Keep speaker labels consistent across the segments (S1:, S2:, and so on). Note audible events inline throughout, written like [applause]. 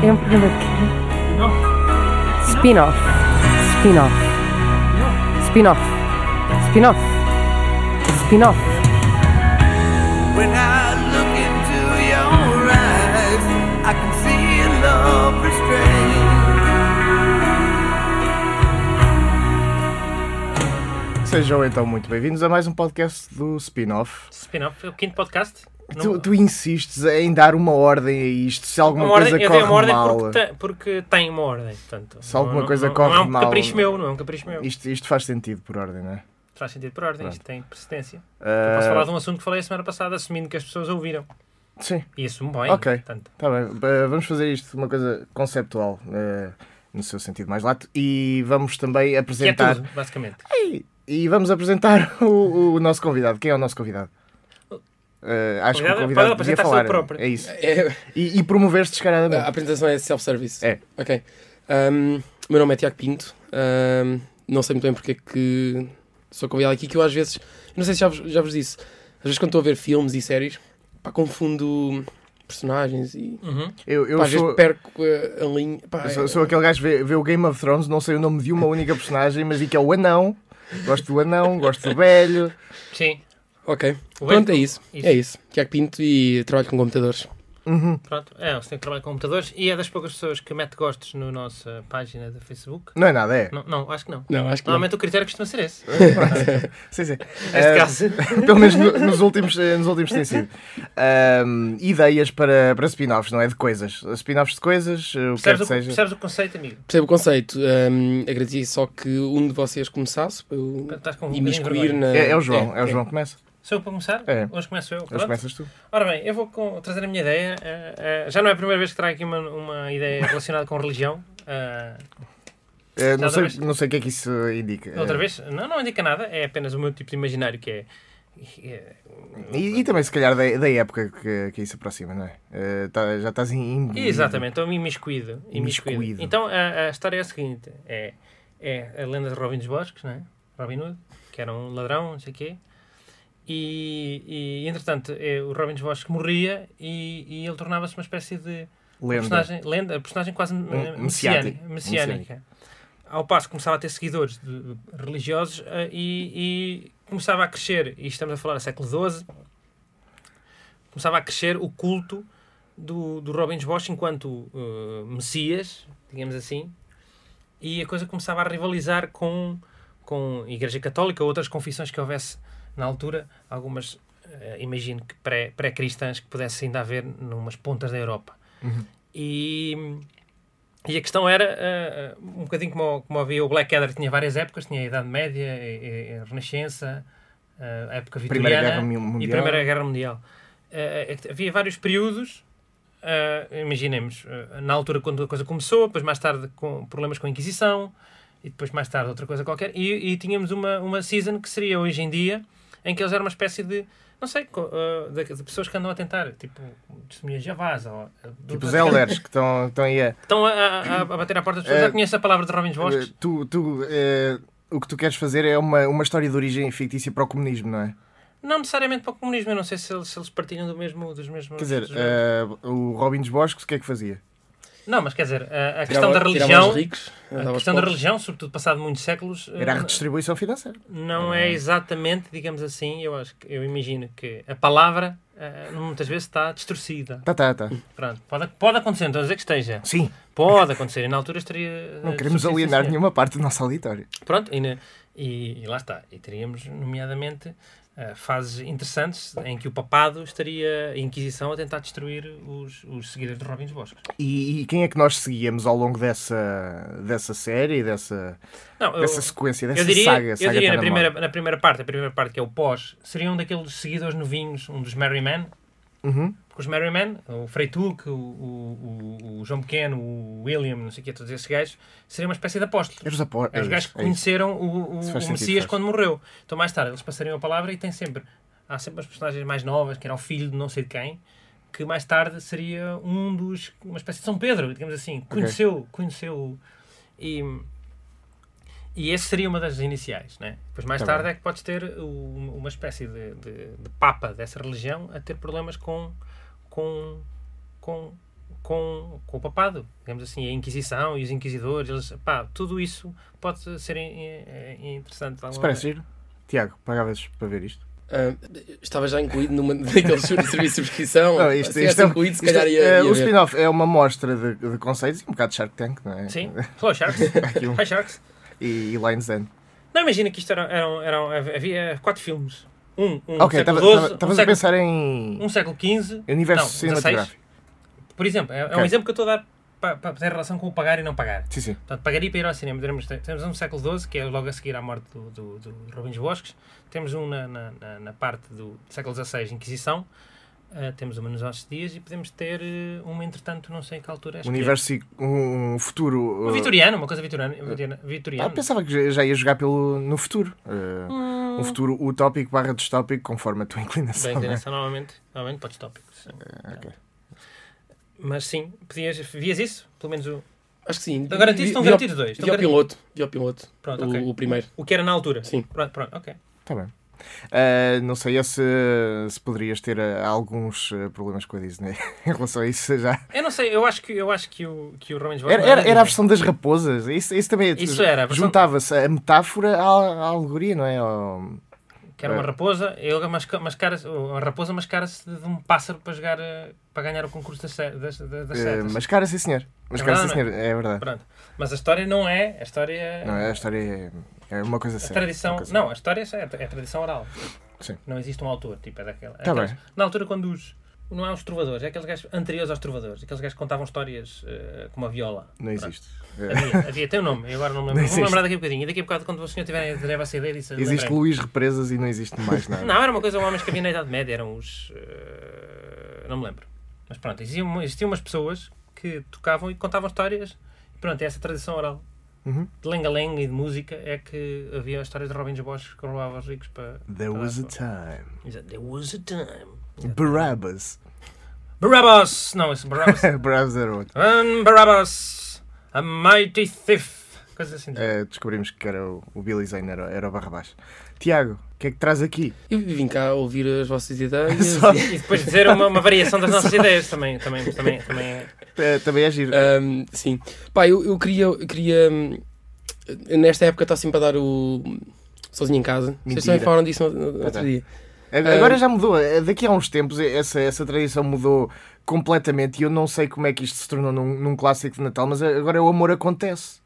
S1: Tem um programa aqui. Spin-off. Spin-off. Spin-off. Spin-off. Spin-off.
S2: When I look into your eyes, I can see a love restrained.
S3: Sejam então muito bem-vindos a mais um podcast do Spin-Off.
S4: Spin-off, é o quinto podcast.
S3: Tu, tu insistes em dar uma ordem a isto se alguma
S4: uma ordem,
S3: coisa
S4: eu
S3: corre
S4: dei uma ordem
S3: mal.
S4: porque, te- porque tem uma ordem. Portanto,
S3: Se alguma
S4: não-
S3: coisa
S4: não,
S3: corre
S4: não é um
S3: mal-
S4: capricho meu, não é um capricho meu.
S3: Isto, isto faz sentido por ordem, não é?
S4: Faz sentido por ordem, isto tem precedência.
S3: Ah,
S4: Posso falar de um assunto que falei a semana passada, assumindo que as pessoas ouviram.
S3: Ah, Sim,
S4: E assumo bem.
S3: Ok.
S4: Portanto,
S3: está bem. Ba- Vamos fazer isto uma coisa conceptual, eh, no seu sentido mais lato, e vamos também
S4: que é
S3: apresentar.
S4: tudo, basicamente.
S3: Ei, e vamos apresentar [laughs] o, o nosso convidado. Quem é o nosso convidado? Eh, acho que o
S4: Convidado- é-
S3: convidado
S4: pode
S3: devia
S4: apresentar-se
S3: falar.
S4: ele próprio.
S3: É isso.
S5: É,
S3: E, e promover-se
S5: a
S3: descaradamente.
S5: apresentação é self-service.
S3: É.
S5: Ok. Ahm, meu nome é Tiago Pinto. Ahm, não sei muito bem porque é que sou convidado aqui, que eu às vezes, não sei se já vos, já vos disse, às vezes quando estou a ver filmes e séries, pá, confundo personagens e
S4: Uhum.
S3: Eu, eu
S5: pá, às
S3: sou...
S5: vezes perco eh, a linha. Pá,
S4: Ah,
S3: Eu sou,
S5: é-
S3: sou aquele gajo que vê, vê o Game of Thrones, não sei o nome de uma única personagem, mas vi que é o anão. Gosto do anão, gosto do velho.
S4: Sim,
S5: Ok.
S4: O
S5: Pronto,
S4: bem-
S5: é isso.
S4: isso.
S5: É isso. Tiago Pinto e trabalho com computadores.
S3: Uhum.
S4: pronto. É, o senhor que trabalha com computadores e é das poucas pessoas que mete gostos na nossa página do Facebook.
S3: Não é nada, é?
S4: Não, não acho que não.
S5: Não, acho que não.
S4: Normalmente o critério costuma ser esse.
S3: Sim, sim.
S4: Neste
S3: Ah, [laughs]
S4: caso.
S3: Pelo menos no- nos últimos, eh, nos últimos tem sido. Ahm, ideias para, para spin-offs, não é? De coisas. Spin-offs de coisas, eh, o que quer
S4: Percebes
S3: que
S4: o,
S3: seja.
S4: percebes o conceito, amigo?
S5: Percebo o conceito. Ahm, agradecia só que um de vocês começasse para eu
S4: Estás com um
S5: e me
S4: bocadinho de
S5: excluir
S4: vergonha.
S5: na.
S3: É, é o João, é, o João que começa.
S4: Sou eu para começar?
S3: É.
S4: Hoje começo eu.
S3: Hoje
S4: pronto.
S3: começas tu.
S4: Ora bem, eu vou com- trazer a minha ideia. eh, eh, já não é a primeira vez que trago aqui uma, uma
S3: [laughs]
S4: ideia relacionada com religião. Eh,
S3: Eh, não,
S4: Nada
S3: sei,
S4: mais.
S3: não sei o que é que isso indica.
S4: outra
S3: Eh,
S4: vez, não, não indica nada, é apenas o meu tipo de imaginário que é. é-
S3: E, e também, se calhar, da, da época que, que isso aproxima, não é? Eh, tá- já estás em.
S4: é Exatamente, estou imiscuído. imiscuído.
S3: Imiscuído.
S4: Então a, a história é a seguinte: é, é a lenda de Robin dos Bosques, não é? Robin Hood, que era um ladrão, não sei o quê. E, e entretanto, eh, o Robin dos Bosques morria e, e ele tornava-se uma espécie de
S3: Lenda.
S4: personagem, lenda, personagem quase eh,
S3: messiático.
S4: messiânica, messiânica. Ao passo que começava a ter seguidores de- religiosos eh, e, e começava a crescer, e estamos a falar do século XII, começava a crescer o culto do, do Robin Bosch enquanto eh, messias, digamos assim, e a coisa começava a rivalizar com, com a Igreja Católica, outras confissões que houvesse na altura, algumas, eh, imagino que pré- pré-cristãs, que pudesse ainda haver numas pontas da Europa.
S3: Uhum.
S4: E, e a questão era, eh, um bocadinho como, como havia o Blackadder, tinha várias épocas, tinha a Idade Média, eh, eh, a, Renascença, eh, a época vitoriana
S3: Primeira Guerra Mundial.
S4: e a Primeira Guerra Mundial. Eh, eh, havia vários períodos, eh, imaginemos, eh, na altura quando a coisa começou, depois mais tarde com problemas com a Inquisição, e depois mais tarde outra coisa qualquer, e, e tínhamos uma, uma season que seria hoje em dia, em que eles eram uma espécie de, não sei, co- eh, de, de pessoas que andam a tentar, tipo, testemunhas Javás, ou... ah,
S3: Tipo os elders que estão estão aí a.
S4: Estão a, a- a bater à porta das
S5: É.
S4: pessoas.
S3: Eh,
S4: Já conheço a palavra de Robin Bosques?
S3: Eh, Tu, tu, eh, o que tu queres fazer é uma, uma história de origem fictícia para o comunismo, não é?
S4: Não necessariamente para o comunismo. Eu não sei se eles, se eles partilham do mesmo, dos mesmos...
S3: Quer dizer,
S4: dos
S5: é.
S4: mesmos-
S3: eh, o Robin dos Bosques, o que é que fazia?
S4: Não, mas quer dizer, a, a questão
S5: Tirava-
S4: da
S5: tirava
S4: religião...
S5: os ricos,
S4: A
S5: dava aos
S4: questão da
S5: pobres.
S4: religião, sobretudo passado muitos séculos, eh,
S3: Era a redistribuição financeira.
S4: não
S3: Ah.
S4: é exatamente, digamos assim, eu acho que eu imagino que a palavra eh, muitas vezes está distorcida.
S3: Tá, tá, tá.
S4: Pronto, pode, pode acontecer, não estou a dizer que esteja.
S3: Sim,
S4: Pode acontecer, e na altura estaria. eh,
S3: não queremos
S4: distorcida,
S3: alienar
S4: sim, senhor.
S3: nenhuma parte do nosso auditório.
S4: Pronto, e, ne- e- e lá está. E teríamos, nomeadamente, eh, fases interessantes em que o papado estaria, a Inquisição, a tentar destruir os, os seguidores de Robin dos Bosques.
S3: E, e quem é que nós seguíamos ao longo dessa, dessa série, dessa,
S4: Não, eu,
S3: dessa sequência, dessa
S4: eu diria,
S3: saga?
S4: eu
S3: saga
S4: diria
S3: tão
S4: na,
S3: da
S4: primeira,
S3: moda?
S4: na primeira parte, a primeira parte que é o pós, seria um daqueles seguidores novinhos, um dos Merryman.
S3: Uhum.
S4: Porque os Merryman, o Frei Tuque, o, o, o- o João Pequeno, o William, não sei o que, todos esses gajos, seriam uma espécie de apóstolo.
S3: Era os apó-
S4: É os
S3: é
S4: gajos
S3: isso,
S4: que
S3: é isso.
S4: conheceram o, o-
S3: Isso
S4: o
S3: faz sentido,
S4: Messias
S3: faz.
S4: quando morreu. Então, mais tarde, eles passariam a palavra e tem sempre. Há sempre as personagens mais novas, que era o filho de não sei de quem, que mais tarde seria um dos. uma espécie de São Pedro, digamos assim. Conheceu, conheceu. E. E esse seria uma das iniciais, né? Depois, mais
S3: Tá
S4: tarde,
S3: bem.
S4: é que podes ter o- uma espécie de, de- de papa dessa religião a ter problemas com. com. com com, com o papado, digamos assim, a Inquisição e os Inquisidores, eles, pá, tudo isso pode ser in- in- interessante. de alguma
S3: Se parece giro. Tiago, pagavas para ver isto?
S5: Ah, estava já incluído numa [laughs] daqueles sur- serviços de subscrição.
S3: Não,
S5: se tivesse incluído, assim, se
S3: isto
S5: calhar
S3: é-
S5: ia,
S3: é,
S5: ia
S3: O
S5: ver.
S3: spin-off é uma mostra de, de conceitos e um bocado de Shark Tank, não é?
S4: maneira. Sim,
S3: [laughs]
S4: Hello Sharks.
S3: um-
S4: Hi Sharks.
S3: E, e Lion's Den.
S4: Não, imagina que isto eram, eram, eram- havia quatro filmes. Um, um
S3: ok,
S4: século
S3: estavas
S4: XII, um,
S3: a
S4: século-
S3: pensar em
S4: um século XV,
S3: universo
S4: não,
S3: cinematográfico.
S4: por exemplo. É, é um
S3: Ok.
S4: exemplo que eu estou a dar para, para ter relação com o pagar e não pagar.
S3: Sim, Um sim.
S4: Portanto, pagaria para ir ao cinema. Teremos, temos um no século XII, que é logo a seguir à morte do, do, do Rubens Bosques. Temos um na, na, na- na parte do século XVI, Inquisição. Ah, temos uma nos nossos dias e podemos ter eh, uma, entretanto, não sei em que altura. acho
S3: Um
S4: que é.
S3: universo, ci- um futuro.
S4: Um
S3: uh,
S4: vitoriano, uma coisa vitoriana. vitoriana,
S3: Ah,
S4: vitoriana.
S3: pensava que já- já ia jogar pelo, no futuro. Uh,
S4: Hum.
S3: Um futuro utópico barra distópico, conforme a tua [laughs] inclinação. não
S4: Da
S3: é? Eh,
S4: inclinação, novamente. Novamente, podes tópicos. Mas sim, podias, vias isso? Pelo menos o.
S5: Acho que sim.
S4: Então, garantido,
S5: Vi-
S4: estão
S5: vi-
S4: garantidos dois.
S5: Vi
S4: Estão
S5: ao
S4: garantidos.
S5: piloto. Vi ao piloto.
S4: Pronto,
S5: o,
S4: Ah, ok.
S5: o primeiro.
S4: O que era na altura?
S5: Sim.
S4: Pronto, pronto, ok.
S3: Tá bem. Ah, não sei eu se, se poderias ter ah, alguns ah, problemas com a Disney [laughs] em relação a isso já.
S4: Eu não sei, eu acho que, eu acho que, o, que o Rubens Bosques. é um
S3: Era, era, era a versão das raposas, isso, isso também é
S4: Isso era, a versão-
S3: juntava-se a metáfora à, à alegoria, não é? Ao-
S4: Que era uma
S3: É.
S4: raposa, ele masca- mascara-se, ou a raposa mascara-se de de um pássaro para jogar, eh, para ganhar o concurso das, se- das, das, das
S3: Eh,
S4: setas.
S3: mas cara, sim senhor. Mas
S4: É
S3: cara, sim
S4: verdade,
S3: senhor, é verdade.
S4: Pronto. Mas a história não é, a história é...
S3: Não, a história é, é uma coisa
S4: a
S3: séria.
S4: tradição,
S3: uma coisa-
S4: não, a história é, é a tradição oral.
S3: Sim.
S4: Não existe um autor, tipo, é daquela.
S3: Tá
S4: aqueles-
S3: bem.
S4: Na altura quando os, não é os trovadores, é aqueles gajos anteriores aos trovadores, aqueles gajos que contavam histórias eh, com uma viola.
S3: Não existe. Eh,
S4: Havia, havia, tem o nome, eu agora não me
S3: [laughs] Não
S4: lembro. Vou
S3: existe.
S4: lembrar daqui a bocadinho. E daqui a bocado, quando o senhor tiver, tiver essa ideia, disse.
S3: existe
S4: lembrei-me.
S3: Luís Represas e não existe mais nada.
S4: [laughs] Não, era uma coisa, homens que havia na Idade Média, eram os. eh, não me lembro. Mas pronto, existiam, existiam umas pessoas que tocavam e contavam histórias. E pronto, é essa tradição oral
S3: Uhum.
S4: de lenga-lenga e de música é que havia histórias de Robin dos Bosques que roubava os ricos para.
S3: There
S4: para
S3: was a time.
S4: Exato, There was a time.
S3: Barabbas. [laughs]
S4: Barabbas! Não, esse Barabbas.
S3: Barabbas era outro.
S4: um Barabbas! A mighty thief! Coisas assim.
S3: Eh, descobrimos que era o, o Billy Zane, era, era o Barrabás. Tiago, o que é que traz aqui?
S5: Eu vim cá ouvir as
S3: [laughs]
S5: vossas ideias.
S3: Só-
S5: e-
S4: E depois dizer uma, uma variação das nossas ideias também, também, também, também é.
S3: Eh, também é giro.
S5: Ahm, sim. Pá, eu, eu queria. eu queria hum, nesta época está sempre a dar o. Sozinho em casa. Vocês
S3: Mentira.
S5: também falaram disso no,
S3: Ah,
S5: no
S3: tá.
S5: outro dia.
S3: Agora
S5: eh,
S3: já mudou. Eh, Daqui a uns tempos eh, essa, essa tradição mudou completamente e eu não sei como é que isto se tornou num, num clássico de Natal, mas eh, agora o amor acontece.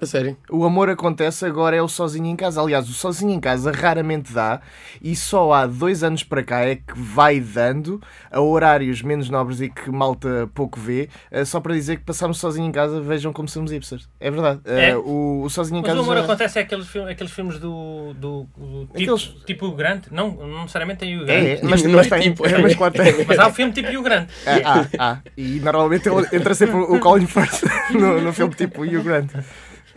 S5: A sério.
S3: O amor acontece agora é o sozinho em casa. Aliás, o sozinho em casa raramente dá e só há dois anos para cá é que vai dando a horários menos nobres e que malta pouco vê, eh, só para dizer que passamos sozinho em casa, vejam como somos hipsters. É verdade. Eh,
S4: É.
S3: O, o sozinho em
S4: Mas
S3: casa.
S4: o amor
S3: já-
S4: acontece é aqueles, filmes, aqueles filmes do, do, do tipo,
S3: Aqueles-
S4: tipo o Grande. Não, não necessariamente tem o
S3: É,
S4: Grande.
S3: é,
S4: [laughs]
S3: mas,
S5: Não
S3: mas
S5: é
S3: tem,
S5: tipo, é.
S3: mas claro, tem.
S4: Mas há o filme tipo o Grande.
S3: [laughs] Ah, ah, ah. E normalmente ele entra sempre o Colin Firth [laughs] no, no filme tipo Hugh Grant.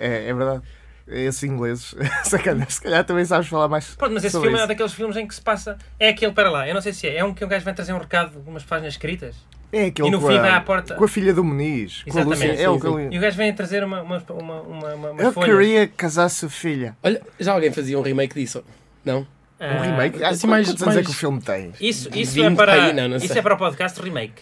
S3: É, é verdade. Esses ingleses, sacanas, [laughs] se calhar também sabes falar mais.
S4: Pronto, mas esse
S3: sobre
S4: filme é
S3: isso.
S4: daqueles filmes em que se passa. É aquele para lá. Eu não sei se é. É um que um gajo vai trazer um recado, umas páginas escritas.
S3: é aquele
S4: e no
S3: com
S4: fim
S3: a,
S4: vai à porta.
S3: Com a filha do Muniz. Com a
S4: Exatamente.
S3: Lúcia.
S5: Sim,
S3: é o
S5: sim,
S3: que
S5: sim.
S3: ele-
S4: E o gajo vem trazer uma, uma, uma, uma, uma umas
S3: Eu
S4: folhas.
S3: queria casar-se filha.
S5: Olha, já alguém fazia um remake disso?
S3: [laughs]
S5: Não? [laughs]
S3: Um
S4: Ah,
S3: remake? Ah,
S5: assim,
S3: quantos
S5: mais-
S3: anos é
S5: mais-
S3: que o filme tem?
S4: Isso, isso, é,
S5: Vinte
S4: para,
S5: aí, não, não
S4: isso
S5: sei.
S4: é para o podcast remake.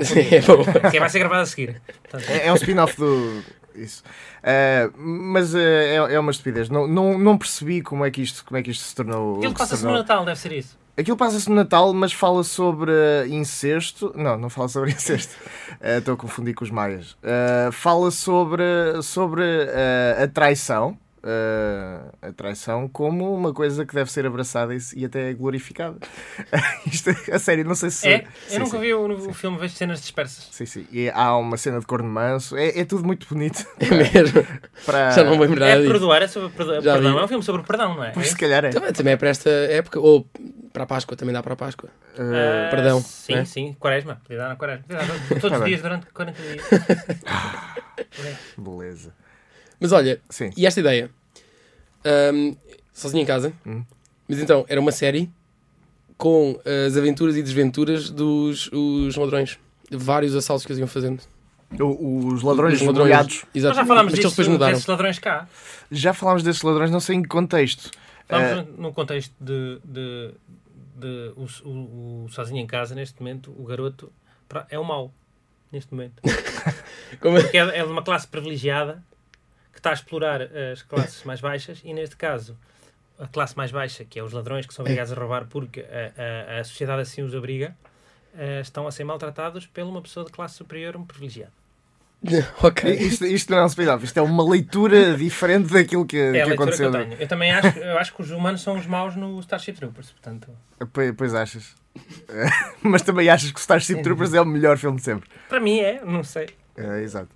S3: [laughs]
S4: a
S5: Sim, é
S4: confundir.
S5: bom.
S4: que vai ser gravado a seguir. Portanto,
S3: É, é um spin-off do. Isso. Ah, mas ah, é, é uma estupidez. Não, não, não percebi como é que isto, como é que isto se tornou.
S4: Aquilo
S3: que
S4: que
S3: se
S4: passa-se no
S3: tornou.
S4: Natal, deve ser isso.
S3: Aquilo passa-se no Natal, mas fala sobre eh, incesto. Não, não fala sobre [laughs] incesto. Eh, Estou a confundir com os maias. Eh, fala sobre, sobre eh, a traição. eh, a traição como uma coisa que deve ser abraçada e, e até glorificada. [laughs] Isto, a sério, não sei se.
S4: É?
S3: Sim,
S4: Eu nunca
S3: sim.
S4: vi o, o filme, vejo cenas dispersas.
S3: Sim, sim. E há uma cena de corno manso. É, é tudo muito
S5: [laughs]
S3: bonito.
S5: É mesmo.
S3: Para...
S5: já não me lembro nada
S4: É
S5: disso.
S4: perdoar, é sobre perdo-
S5: Já
S4: perdão.
S5: vi.
S4: É um filme sobre perdão, não é?
S3: Pois, [laughs]
S4: É
S3: se calhar é.
S5: Também, também é para esta época. Ou para a Páscoa, também dá para a Páscoa.
S3: Eh,
S4: Ah,
S5: perdão,
S4: Sim,
S5: né?
S4: sim, quaresma. Podia dar na quaresma. Podia dar todos
S3: Tá
S4: todos os
S3: bem.
S4: dias durante 40 dias.
S3: beleza.
S5: Mas olha,
S3: Sim.
S5: e esta ideia? Ahm, sozinho em casa.
S3: Hum.
S5: Mas então, era uma série com as aventuras e desventuras dos os ladrões. Vários assaltos que eles iam fazendo.
S3: O- os ladrões
S5: Os
S3: molhados.
S5: Exato.
S4: Nós já falámos
S5: Mas eles
S4: disso,
S5: depois mudaram.
S4: desses ladrões cá.
S3: Já falámos desses ladrões, não sei em que contexto.
S5: É.
S3: Eh,
S4: Falámos no- no contexto de, de, de o, o- o sozinho em casa, neste momento, o garoto pra- é o mau. neste momento.
S5: Como é?
S4: Porque é, é de uma classe privilegiada que está a explorar as classes mais baixas e, neste caso, a classe mais baixa, que é os ladrões que são obrigados a roubar porque a, a- a sociedade assim os obriga, eh, estão a ser maltratados por uma pessoa de classe superior, um privilegiado.
S5: é? [laughs] Ok.
S3: Isto, isto não é um spin-off, isto é uma leitura diferente daquilo que,
S4: É a
S3: que
S4: leitura que
S3: aconteceu.
S4: eu tenho. Eu também acho, eu acho que os humanos são os maus no Starship Troopers, portanto...
S3: Ah, Pois, pois achas. [laughs] Mas também achas que o Starship Troopers é o melhor filme de sempre.
S4: Para mim é, não sei.
S3: É, exato.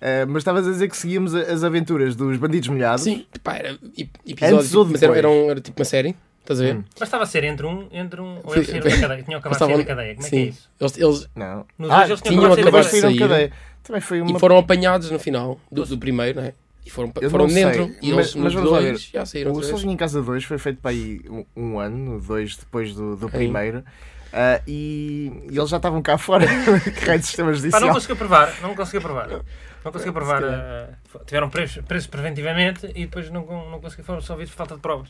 S3: É, mas estavas a dizer que seguíamos a- as aventuras dos Bandidos Molhados.
S5: Sim, pá, era ep-
S3: Antes ou
S5: episódio, mas era,
S3: depois?
S5: era, um- era tipo uma série, estás a ver?
S3: Hum.
S4: Mas estava a ser entre um, entre um ou
S5: Foi-
S4: eles saíram da cadeia. Tinham acabado de sair da cadeia. Como é que é
S5: sim.
S4: isso?
S5: Eles, eles
S3: Não.
S4: Nos
S3: Ah,
S4: dois eles
S5: tinham
S4: acabado de sair da
S5: acabado de
S4: cadeia.
S3: saíram
S5: sair.
S3: cadeia. Também foi É uma.
S5: e foram apanhados no final do, do primeiro, não é? E foram,
S3: não
S5: foram
S3: sei,
S5: dentro e
S3: mas- mas
S5: eles nos
S3: vamos lá ver.
S5: dois já saíram
S3: O
S5: outra vez.
S3: Sozinho em Casa 2 foi feito para aí um, um ano, dois depois do, do
S5: Ok.
S3: primeiro. Ah, e, e eles já estavam cá fora, [laughs] que raio de sistema
S4: Pá, não
S3: judicial.
S4: conseguiu provar. Não conseguiu provar. Não conseguiu provar. eh, tiveram presos, presos preventivamente e depois não, con- não conseguiram. Foram resolvidos por falta de provas.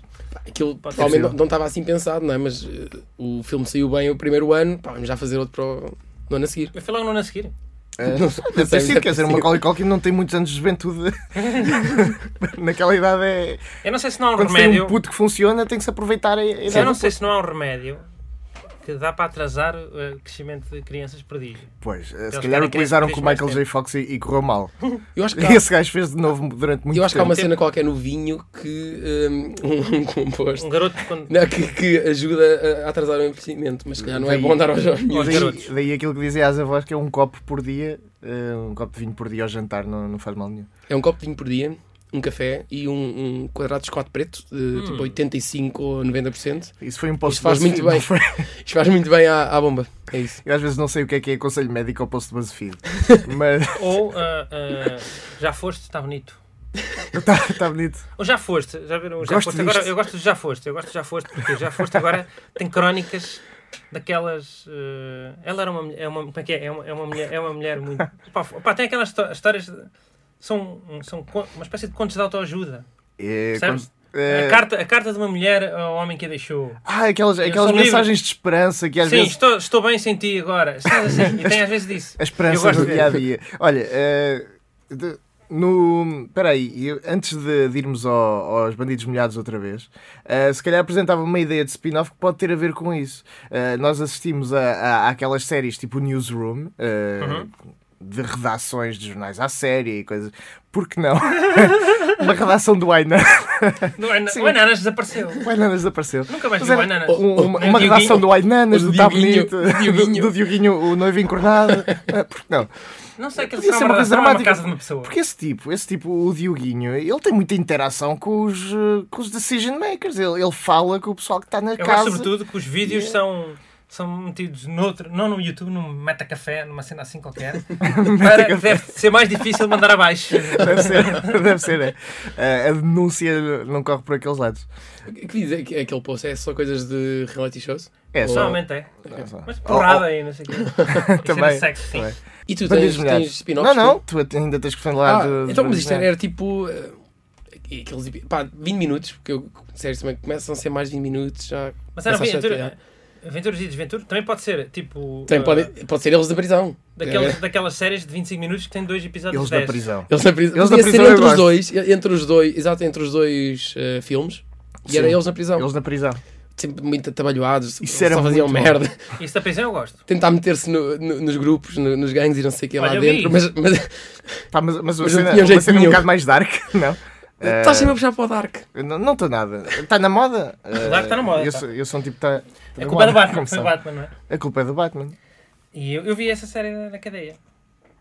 S5: Aquilo
S4: Pode ser
S5: provavelmente não,
S3: possível.
S5: não estava assim pensado, não é? Mas eh, o filme saiu bem o primeiro ano, pá, vamos já fazer outro para o no ano a seguir.
S4: Mas foi logo no ano a seguir.
S3: Ah,
S5: Não sei,
S3: Deve ter
S5: mas
S3: sido,
S5: é
S3: quer dizer, uma
S5: possível.
S3: Macaulay Culkin não tem muitos anos de
S5: [laughs]
S3: juventude. Naquela idade é.
S4: Eu não sei se não há um
S3: Quando se tem
S4: remédio.
S3: um puto que funciona, tem que se aproveitar a a idade.
S4: eu não
S3: do
S4: sei se não há um remédio que dá para atrasar eh, o crescimento de crianças prodígio.
S3: Pois, eh, se
S4: Eles
S3: calhar
S4: querem que
S3: utilizaram
S4: eles
S3: com o
S4: mais
S3: Michael J. Fox e, e correu
S4: [laughs]
S3: mal.
S5: Eu acho que há,
S3: Esse gajo fez de novo durante muito
S5: eu acho que há
S3: tempo.
S5: uma cena qualquer no vinho que hum, [laughs] um, composto
S4: Um garoto quando...
S5: não, é? que, que ajuda a- a atrasar o envelhecimento, mas se calhar não é bom dar aos jovens.
S4: Aos garotos.
S3: daí, daí aquilo que dizia às avós que é um copo por dia, eh, um copo de vinho por dia ao jantar, não, não faz mal nenhum.
S5: É um copo de vinho por dia, um café e um, um quadrado de chocolate preto, de
S3: Hum.
S5: tipo 85 ou 90%.
S3: Isso foi um posto
S5: Isso faz
S3: de
S5: muito
S3: BuzzFeed,
S5: bem.
S3: não foi?
S5: Isto faz muito bem à, à bomba. É isso.
S3: Eu às vezes não sei o que é que é conselho médico ao posto de
S5: [laughs]
S3: BuzzFeed. Mas [laughs]
S4: Ou eh, eh, já foste, está bonito.
S3: está tá, bonito.
S4: Ou já foste, já viram? o Já
S3: Gosto
S4: foste. Agora,
S3: disto.
S4: eu gosto de já foste, eu gosto de já foste, porque já foste agora tem crónicas daquelas. eh, ela era uma mulher. É uma, como é que é? É uma, é uma mulher, é uma mulher muito. Pá, f- pá, tem aquelas histó- histórias. de- São, são co- uma espécie de contos de autoajuda.
S3: É,
S4: Percebes?
S3: quando- é,
S4: A, carta, a carta de uma mulher ao homem que a deixou.
S3: Ah, aquelas, aquelas
S4: sou livre.
S3: mensagens de esperança que às
S4: É, Sim,
S3: vezes.
S4: estou, estou bem sem ti agora. Estás assim. E tem às
S3: [laughs]
S4: vezes disso.
S3: A
S4: Eu
S3: esperança
S4: gosto
S3: do
S4: de
S3: dia a dia. Olha, eh, de- no. Peraí, eu- antes de, de irmos ao- aos Bandidos Molhados outra vez, eh, se calhar apresentava uma ideia de spin-off que pode ter a ver com isso. Eh, nós assistimos a, a- àquelas séries tipo Newsroom. eh,
S4: Uhum.
S3: De redações de jornais à série e coisas. Por que não? [laughs] Uma redação do Aina.
S4: Não é,
S3: Sim.
S4: o Ananas desapareceu.
S3: O Ainanas desapareceu.
S4: Nunca mais
S3: Mas
S4: vi o
S3: era-
S4: Ananas.
S5: Oh,
S3: Um- uma,
S4: Nem
S3: uma
S4: o Dioguinho.
S3: redação do Ainanas,
S5: O
S3: do Tá
S5: Um Dioguinho.
S3: Bonito,
S5: O Dioguinho.
S3: do, do Dioguinho, o noivo encornado. [laughs] Eh, Por que não?
S4: Não sei, aquilo
S3: Podia
S4: será
S3: ser
S4: uma
S3: uma coisa
S4: relação a uma
S3: dramática.
S4: casa de uma pessoa.
S3: Porque esse tipo, esse tipo, o Dioguinho, ele tem muita interação com os, eh, com os decision makers. Ele, ele fala com o pessoal que está na
S4: Eu
S3: casa.
S4: acho sobretudo que os vídeos são, são metidos noutro, não no YouTube, num metacafé, numa cena assim qualquer, para que deve ser mais difícil mandar abaixo.
S3: Deve ser, [laughs] deve ser. é. Eh, a denúncia não corre por aqueles lados.
S5: O que diz é que aquele post? É só coisas de reality shows?
S3: É, só.
S4: Normalmente é.
S3: é só.
S4: Mas
S3: Oh,
S4: porrada aí, não
S3: [laughs]
S4: sei o quê. E cena de
S3: Também,
S4: sexo, sim.
S3: também.
S5: E tu
S3: oh, bandidos
S5: tens,
S3: molhados.
S5: tens spin-offs?
S3: Não, não, tu at- ainda tens que falar
S5: Ah,
S3: de.
S5: então,
S3: de
S5: mas isto era,
S3: bandidos
S5: era tipo. eh, Aqueles, epi- pá, 20 minutos, porque eu, sério, também começam a ser mais 20 minutos já.
S4: Mas era
S5: começa a
S4: aventura,
S5: chatear.
S3: é.
S4: aventuras e desventuras. Também pode ser, tipo,
S5: Também
S4: ah,
S5: pode, pode ser eles na prisão.
S4: daquelas, daquelas séries de 25 minutos que têm dois episódios
S3: é. Eles
S4: de 10.
S3: da prisão.
S5: Eles na prisão.
S3: Eles
S5: Eles
S3: na prisão eu
S5: ser entre os
S3: gosto.
S5: dois, entre os dois, exato, entre os dois eh, filmes. E era
S3: Sim.
S5: eles na prisão.
S3: Eles na prisão.
S5: Sempre muito atabalhoados,
S3: Isso
S5: só
S3: era
S5: faziam
S3: muito bom.
S5: merda.
S4: Isso da prisão eu gosto.
S5: Tentar meter-se no- no- nos grupos, no- nos gangues e não sei o que lá
S4: Olha, eu vi.
S5: dentro. Mas, mas
S3: Pá, mas, mas, uma
S5: Mas não
S3: cena,
S5: tinha
S3: uma
S5: jeito
S3: cena um
S5: nenhum.
S3: bocado mais dark, não? Eh,
S5: estás sempre a puxar para o Dark.
S3: Não não estou nada. Está na
S4: [laughs]
S3: moda. Eh,
S4: Dark tá na moda,
S3: Eu
S4: tá.
S3: sou, eu sou um tipo. Tá, tá
S4: A
S3: na
S4: culpa é
S3: moda,
S4: do Batman,
S3: como
S4: foi o
S3: sabe.
S4: Batman, não é?
S3: A culpa é do Batman.
S4: E eu, eu vi essa série na-
S3: [laughs]
S4: na cadeia.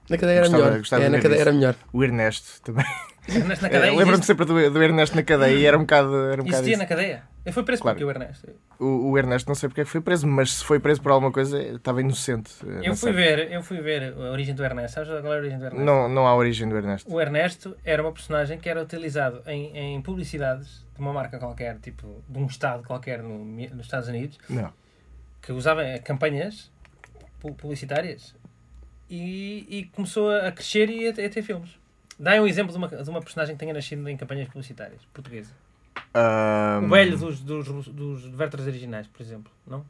S5: Na cadeia era
S3: Gostava-
S5: melhor.
S3: gostava
S5: é,
S3: de
S5: na
S3: ver
S5: cadeia
S3: isso.
S5: era melhor.
S3: O Ernesto
S4: [laughs]
S3: também.
S4: Ernesto na
S3: Eh,
S4: cadeia.
S3: Lembro-me
S4: existe-
S3: sempre do, do Ernesto na cadeia e era um bocado. Era um bocado
S4: Existia
S3: isso.
S4: na cadeia. Eu fui preso
S3: Claro.
S4: porque o Ernesto.
S3: o, o Ernesto não sei porque é que foi preso, mas se foi preso por alguma coisa, estava inocente. eh,
S4: Eu
S3: não sei.
S4: fui ver, eu fui ver a origem do Ernesto. Sabes qual é a origem do Ernesto?
S3: Não, não há origem do Ernesto.
S4: O Ernesto era uma personagem que era utilizado em, em publicidades de uma marca qualquer, tipo de um estado qualquer no- nos Estados Unidos,
S3: Não.
S4: que usava eh, campanhas pu- publicitárias e, e começou a a crescer e a, a ter filmes. Dá um exemplo de uma, de uma personagem que tenha nascido em campanhas publicitárias portuguesa.
S3: Ahm, Hum.
S4: O velho dos, dos, dos Werther's originais, por exemplo, não?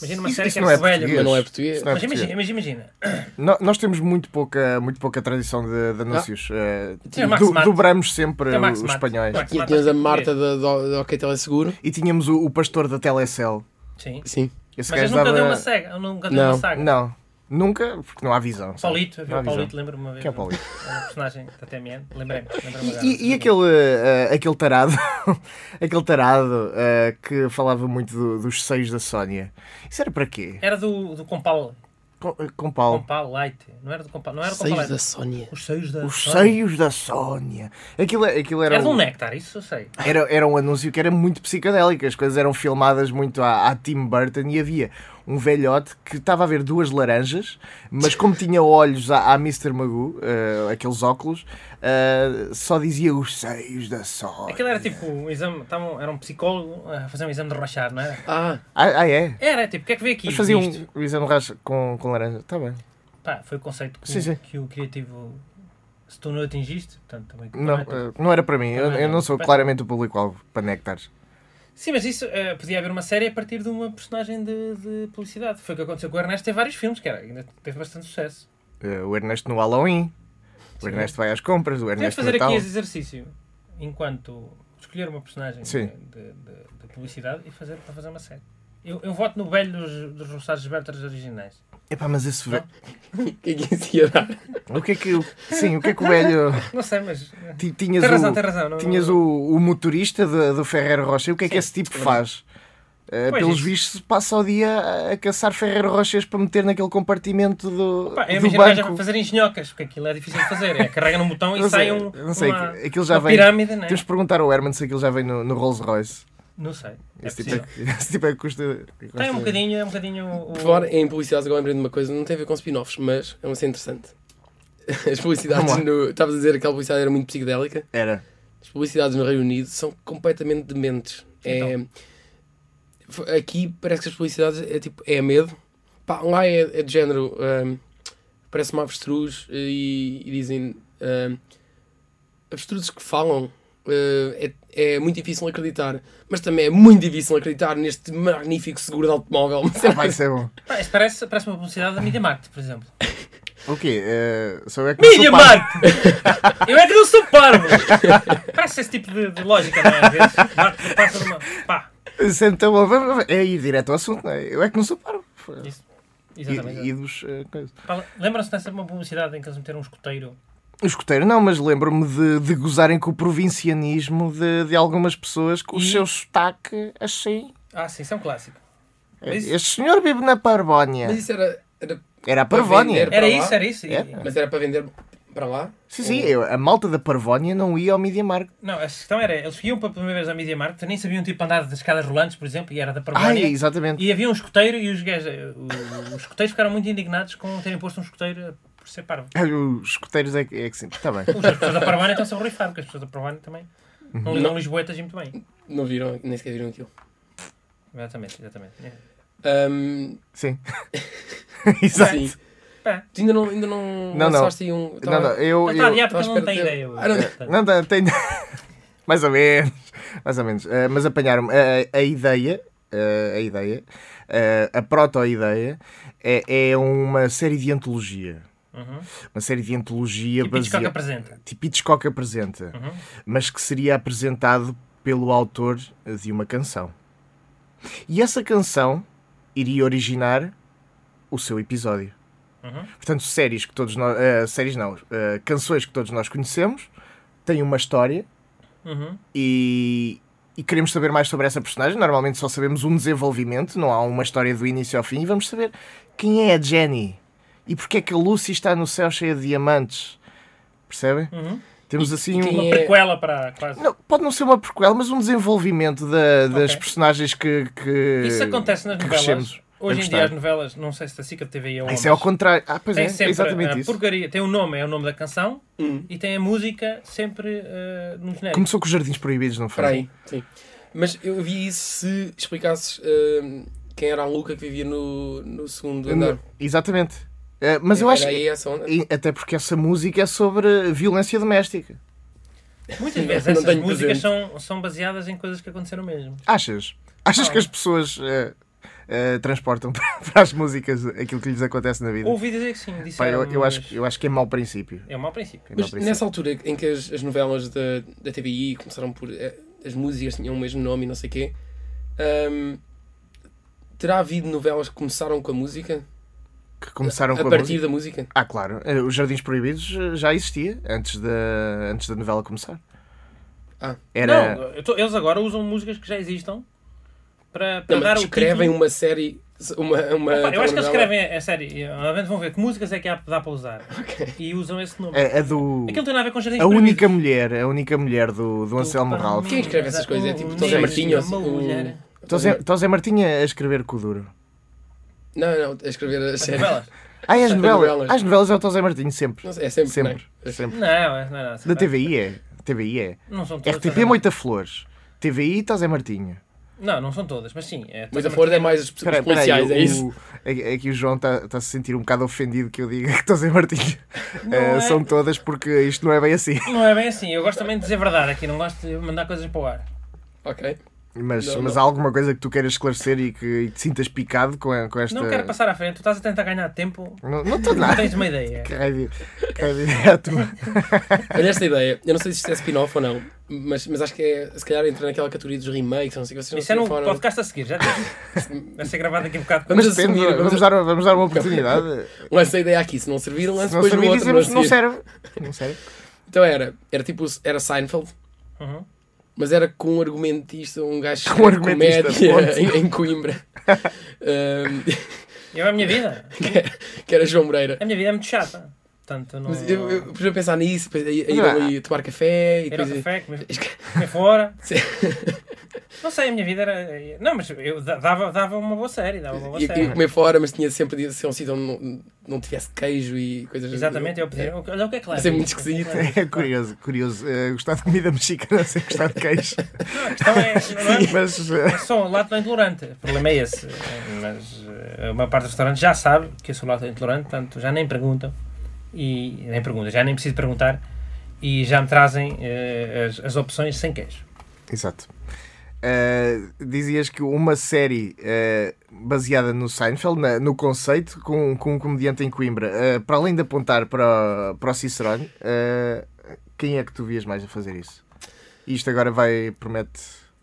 S4: Imagina uma
S3: Isso-
S4: série
S3: isso
S4: que é
S3: não é
S4: velha.
S3: português.
S5: mas não é
S3: Isso
S5: português.
S3: não é
S4: Mas imagina,
S3: português.
S4: mas imagina.
S3: No- Nós temos muito pouca, muito pouca tradição de, de anúncios. eh,
S4: Tinha Max
S3: du-
S4: Mato.
S3: dobramos sempre
S4: Tinha Max
S3: os
S4: Mato.
S3: espanhóis.
S4: Max
S5: E
S4: Mato
S5: tínhamos a
S4: é
S5: Marta da, da, da OK tá Teleseguro.
S3: E tínhamos o, o pastor da Telecel.
S4: Sim.
S5: Sim.
S3: Esse
S4: Mas eles
S3: gajo
S4: nunca deu
S3: dava.
S4: uma saga. Nunca deu
S5: Não,
S4: uma saga.
S3: Não, nunca, porque não há visão. sabe?
S4: Paulito,
S3: Não há
S4: havia o
S3: visão.
S4: Paulito, lembro-me uma vez.
S3: Quem é Paulito?
S4: Era um personagem da TMN. Lembrei-me. lembrei-me agora.
S3: E, e- e aquele, eh, aquele tarado, [laughs] aquele tarado eh, que falava muito do- dos seios da Sónia. Isso era para quê?
S4: Era do, do Compal,
S3: Com, eh, com Paulo.
S4: Compal Light. Não era do Compal. Não era do Compal
S5: Seios
S4: Light.
S5: da Sónia.
S4: Os seios da.
S3: Os
S4: Sónia.
S3: seios da Sónia. Aquilo, aquilo era,
S4: Era de um
S3: um-
S4: néctar, isso eu sei.
S3: era, era um anúncio que era muito psicodélico. As coisas eram filmadas muito à, à Tim Burton e havia um velhote que estava a ver duas laranjas, mas como tinha olhos à, à Mr. Magoo, eh, aqueles óculos, eh, só dizia os seios da Sónia.
S4: Aquilo era tipo um exame. Tavam, era um psicólogo a fazer um exame de rachar, não era?
S5: Ah,
S3: Ah, ah, é?
S4: Era, tipo, o que é que veio aqui?
S3: Mas fazia
S4: Isto.
S3: um o exame de racha com, com laranja. Está bem.
S4: Pá, foi o conceito que,
S3: um- Sim, sim.
S4: que o criativo. Se tu não atingiste, portanto, também. é tipo
S3: Não,
S4: também-
S3: eh, não era para mim. Eu, eu não sou claramente o público-alvo para néctares.
S4: Sim, mas isso eh, podia haver uma série a partir de uma personagem de, de publicidade. Foi o que aconteceu com o Ernesto. Teve vários filmes, que era, ainda teve bastante sucesso.
S3: Eh, o Ernesto no Halloween. O
S4: Sim.
S3: Ernesto vai às compras. O
S4: Podemos
S3: Ernesto
S4: fazer
S3: Natal.
S4: aqui esse exercício enquanto escolher uma personagem
S3: Sim.
S4: de, de- de- de publicidade e fazer para fazer uma série. Eu, eu voto no velho dos, dos Roçados Bertas originais.
S3: Epá, mas esse velho.
S5: o que é que isso ia dar?
S3: O que é que. o- Sim, o que é que o velho.
S4: Não
S3: [laughs]
S4: sei, mas. eh,
S3: Ti-
S4: Tem
S3: Tinhas
S4: razão,
S3: o,
S4: tem razão. Não,
S3: tinhas o, o motorista de- do Ferreiro Rocha. E o que é que esse tipo faz? Eh,
S4: Pois,
S3: pelos
S4: isso.
S3: vistos, passa o dia a- a caçar Ferreiro Rochas para meter naquele compartimento do,
S4: Pá, eu
S3: do
S4: imagino o gajo a
S3: banco.
S4: fazer engenhocas, porque aquilo é difícil de fazer. É, carrega num botão e
S3: Não
S4: sai
S3: sei,
S4: um.
S3: não sei,
S4: uma,
S3: aquilo já
S4: uma
S3: vem-
S4: pirâmide, não é?
S3: Temos de perguntar ao Herman se aquilo já vem no, no Rolls Royce.
S4: Não sei. É
S3: Esse tipo é,
S4: possível.
S3: que- [laughs] esse tipo é que custa. que
S4: Tem
S3: custa-
S4: um bocadinho, é um bocadinho. o-
S5: Por falar em publicidades, agora lembrei de uma coisa, não tem a ver com spin-offs, mas é uma cena interessante. [laughs] As publicidades
S3: Vamos lá.
S5: no. Estavas a dizer que aquela publicidade era muito psicodélica.
S3: Era.
S5: As publicidades no Reino Unido são completamente dementes. É-
S3: Então.
S5: F- Aqui parece que as publicidades é tipo, é medo. Pá, lá é, é de género. hum, parece uma avestruz eh, e, e dizem. hum, avestruzes que falam. hum, é, é muito difícil acreditar, mas também é muito difícil acreditar neste magnífico seguro de automóvel.
S3: [laughs]
S5: [laughs]
S3: Ah, vai ser bom.
S4: Pá, isso parece, parece uma publicidade da Media Markt, por exemplo.
S3: O quê? Eh, sou eu que não sou
S4: Media
S3: parvo.
S4: Markt! Eu é que não sou parvo! Parece esse tipo de, de lógica, não é? Às vezes, bate- passa numa. Pá,
S3: Isso Então, vamos- vamos- é ir direto ao assunto, não é? Eu é que não sou parvo.
S4: isso. Exatamente.
S3: E, e dos. eh, coisas.
S4: Pá, Lembram-se dessa uma publicidade em que eles meteram um escoteiro?
S3: O escoteiro, não, mas lembro-me de, de gozarem com o provincianismo de, de algumas pessoas com o seu sotaque assim.
S4: Ah, sim, isso é um clássico.
S3: Eh,
S4: Mas-
S3: Este senhor vive na Parvónia.
S5: Mas isso era- era
S3: Era a
S5: para
S3: Parvónia.
S5: vender.
S4: Era
S5: lá?
S4: isso, era isso. E-
S3: Era.
S5: Mas era para vender para lá?
S3: Sim, sim, eu- a malta da Parvónia não ia ao Media Market.
S4: Não, a questão era, eles iam para a primeira vez à Media Markt, nem sabiam tipo andar das escadas rolantes, por exemplo, e era da
S3: Ai, é
S4: Parvónia.
S3: exatamente.
S4: E havia um escoteiro e os gajos, eh, o- os escoteiros ficaram muito indignados com terem posto um escoteiro por ser parvo.
S3: Ai, Os escoteiros é, que- é que sim. Está
S5: [laughs]
S3: bem.
S4: Os- As pessoas da Parvónia estão-se a borrifar, porque as pessoas da Parvónia também
S5: Uhum.
S4: não lidam lisboetas e muito bem.
S5: Não viram, nem sequer viram aquilo.
S4: Exatamente, exatamente. É.
S5: Ahm,
S3: Sim. [laughs] Exato.
S5: Hum, sim.
S4: Pá,
S5: Tu ainda não, ainda não,
S3: Não, não.
S5: lançaste aí um.
S3: Não, não, eu,
S4: Ele está a
S3: eu,
S4: adiar
S5: tava
S4: porque ele
S5: à
S4: não
S5: espera
S4: tem
S5: de-
S4: ideia.
S5: Ah, não,
S4: Portanto,
S3: Não, não, tem. [laughs] mais ou menos. Mais ou menos. Eh, mas apanharam a, a ideia. eh, a ideia. eh, a proto-ideia é, é uma série de antologia.
S4: Uhum.
S3: Uma série de antologia
S4: Tipo Hitchcock
S3: baseada.
S4: apresenta.
S3: Tipo Hitchcock apresenta.
S4: Uhum.
S3: Mas que seria apresentado pelo autor de uma canção. E essa canção iria originar o seu episódio.
S4: Uhum.
S3: Portanto, séries que todos nós. eh, séries não. eh, canções que todos nós conhecemos têm uma história
S4: Uhum.
S3: e, e queremos saber mais sobre essa personagem. Normalmente só sabemos um desenvolvimento, não há uma história do início ao fim. E vamos saber quem é a Jenny e porque é que a Lucy está no céu cheia de diamantes. Percebem?
S4: Uhum.
S3: Temos assim um.
S5: quem
S4: Uma
S5: É-
S4: prequela para quase.
S3: Não, pode não ser uma prequel, mas um desenvolvimento da- das
S4: Ok.
S3: personagens que, que.
S4: Isso acontece nas
S3: que
S4: novelas.
S3: eh, crescemos
S4: Hoje
S3: a
S4: em
S3: gostar.
S4: dia as novelas, não sei se da SICA TV ou
S3: Isso é ao contrário. Ah, pois
S4: tem
S3: é, é
S4: sempre
S3: exatamente
S4: a
S3: isso.
S4: porcaria, tem o nome, é o nome da canção
S5: Hum.
S4: e tem a música sempre eh, no genérico.
S3: Começou com os Jardins Proibidos, não foi?
S5: Para aí, sim. Mas eu vi isso se explicasses ahm, quem era a Luca que vivia no, no segundo andar.
S3: Exatamente. Eh, mas eu acho.
S5: Era É, aí essa onda.
S3: E até porque essa música é sobre violência doméstica.
S4: Muitas vezes
S5: Não
S4: essas
S5: tenho
S4: músicas
S5: presente.
S4: são, são baseadas em coisas que aconteceram mesmo.
S3: Achas? Achas
S4: Não.
S3: que as pessoas eh, eh, transportam [laughs] para, para as músicas aquilo que lhes acontece na vida.
S4: Ouvi dizer que sim.
S3: Pá,
S4: Disseram,
S3: eu, eu acho,
S4: mas
S3: eu acho que é mau princípio.
S4: É um mau princípio.
S3: É mau
S5: Mas
S3: princípio.
S5: nessa altura em que as, as novelas da, da TVI começaram por. eh, as músicas tinham o mesmo nome e não sei o quê. ahm, terá havido novelas que começaram com a música?
S3: Que começaram
S5: a
S3: com a
S5: partir
S3: música.
S5: da música?
S3: Ah, claro. Eh, Os Jardins Proibidos eh, já existia antes da, antes da novela começar.
S5: Ah.
S3: Era...
S4: Não, eu tô- eles agora usam músicas que já existam para, para
S5: Não, mas
S4: dar o
S5: escrevem
S4: título.
S5: uma série. Uma, uma
S4: Opa, eu acho que eles
S5: telenovela.
S4: escrevem, é sério, obviamente vão ver que músicas é que há- dá para usar e usam esse nome.
S3: A, a do.
S4: Aquilo tem nada a ver com Jardins
S3: É A única é
S4: Proibidos.
S3: mulher, a única mulher do, do Anselmo
S4: Do-
S3: Ralph.
S5: Quem escreve essas coisas? É tipo José
S4: Uma
S5: Martinho?
S4: mulher,
S5: ou-
S4: uma mulher.
S3: Estás Zé Martinha a escrever com o duro.
S5: Não, não, a escrever a série.
S4: Novelas?
S3: Ah, e as
S5: As
S3: novelas.
S5: novelas.
S3: As novelas é o Tó Zé Martinho, sempre.
S5: Não sei, é sempre.
S3: Sempre.
S5: não é?
S3: sempre.
S4: Não, é- não é nada.
S3: Da TVI é. TVI é.
S4: Não são todas.
S3: RTP Moita Flores. TVI Tó tá Zé Martinho.
S4: Não, não são todas, mas sim. É
S5: Mas
S4: toda
S5: a Ford é mais os, os
S3: Espera aí, espera aí,
S5: policiais, é
S3: o-
S5: isso?
S3: É, é que o João está a se sentir um bocado ofendido que eu diga que Tó Zé Martinho
S4: Não
S3: eh,
S4: é-
S3: são todas porque isto não é bem assim.
S4: Não é bem assim, eu gosto também de dizer verdade aqui, não gosto de mandar coisas para o ar.
S5: Ok.
S3: Mas,
S5: Não,
S3: mas
S5: não.
S3: há alguma coisa que tu queiras esclarecer e que e te sintas picado com, a- com esta.
S4: Não quero passar à frente, tu estás a tentar ganhar tempo,
S3: Não- Não estou
S4: não
S3: nada.
S4: tens
S3: [laughs]
S4: uma ideia.
S3: Cai di- cai direto.
S5: Olha esta ideia. Eu não sei se isto é spin-off ou não, mas, mas acho que é, se calhar entra naquela categoria dos remakes, não sei o que vocês não
S4: Isso é no
S5: falam.
S4: podcast a seguir, já tens.
S5: [laughs]
S4: Vai ser gravado daqui a bocado.
S5: Vamos
S3: Mas depende,
S5: assumir,
S3: vamos,
S5: vamos-
S3: dar, vamos dar uma oportunidade.
S5: Lança a ideia aqui, se não servir,
S3: Se
S5: lança
S3: não
S5: depois no
S3: servir,
S5: outro.
S3: dizemos
S5: a
S3: não
S5: seguir.
S3: serve. Não serve.
S5: Então era, era tipo, era Seinfeld,
S4: Uhum.
S5: mas era com um argumentista, um gajo que
S3: Com um
S5: escreve
S3: argumentista, ponto.
S5: comédia [laughs] em,
S3: [laughs]
S5: em Coimbra, Ahm,
S4: Eu, a minha vida,
S5: [laughs] que era João Moreira.
S4: a minha vida é muito chata. Portanto, não.
S5: Mas eu, eu depois eu pensar nisso, depois a, a ir
S3: Não, é.
S5: ali tomar café e
S4: Ir ao
S5: depois...
S4: café,
S5: [laughs]
S4: comer, comer fora. Não sei, a minha vida era. Não, mas eu da- dava, dava uma boa série, dava uma boa
S5: E, e
S4: série.
S5: comer fora, mas tinha sempre de ser um sítio onde não, não tivesse queijo e coisas
S4: Exatamente, eu pedi. Olha o que é que leva.
S5: Isso é muito
S4: isto, o que é que
S5: esquisito.
S4: leva
S3: [laughs] É
S4: isto?
S3: curioso, curioso. eh, gostar de comida mexicana sem gostar de queijo.
S4: A questão é. não é-
S3: Mas eh,
S4: Sou um lado intolerante, o problema é esse. Mas eh, uma parte dos restaurantes já sabe que eu sou um lado intolerante, portanto já nem perguntam. E, nem perguntam, já nem preciso perguntar. E já me trazem eh, as, as opções sem queijo.
S3: Exato. Uh, dizias que uma série uh, baseada no Seinfeld, na- no conceito, com, com um comediante em Coimbra, uh, para além de apontar para, o- para o Cicerone, uh, quem é que tu vias mais a fazer isso? Isto agora vai, promete.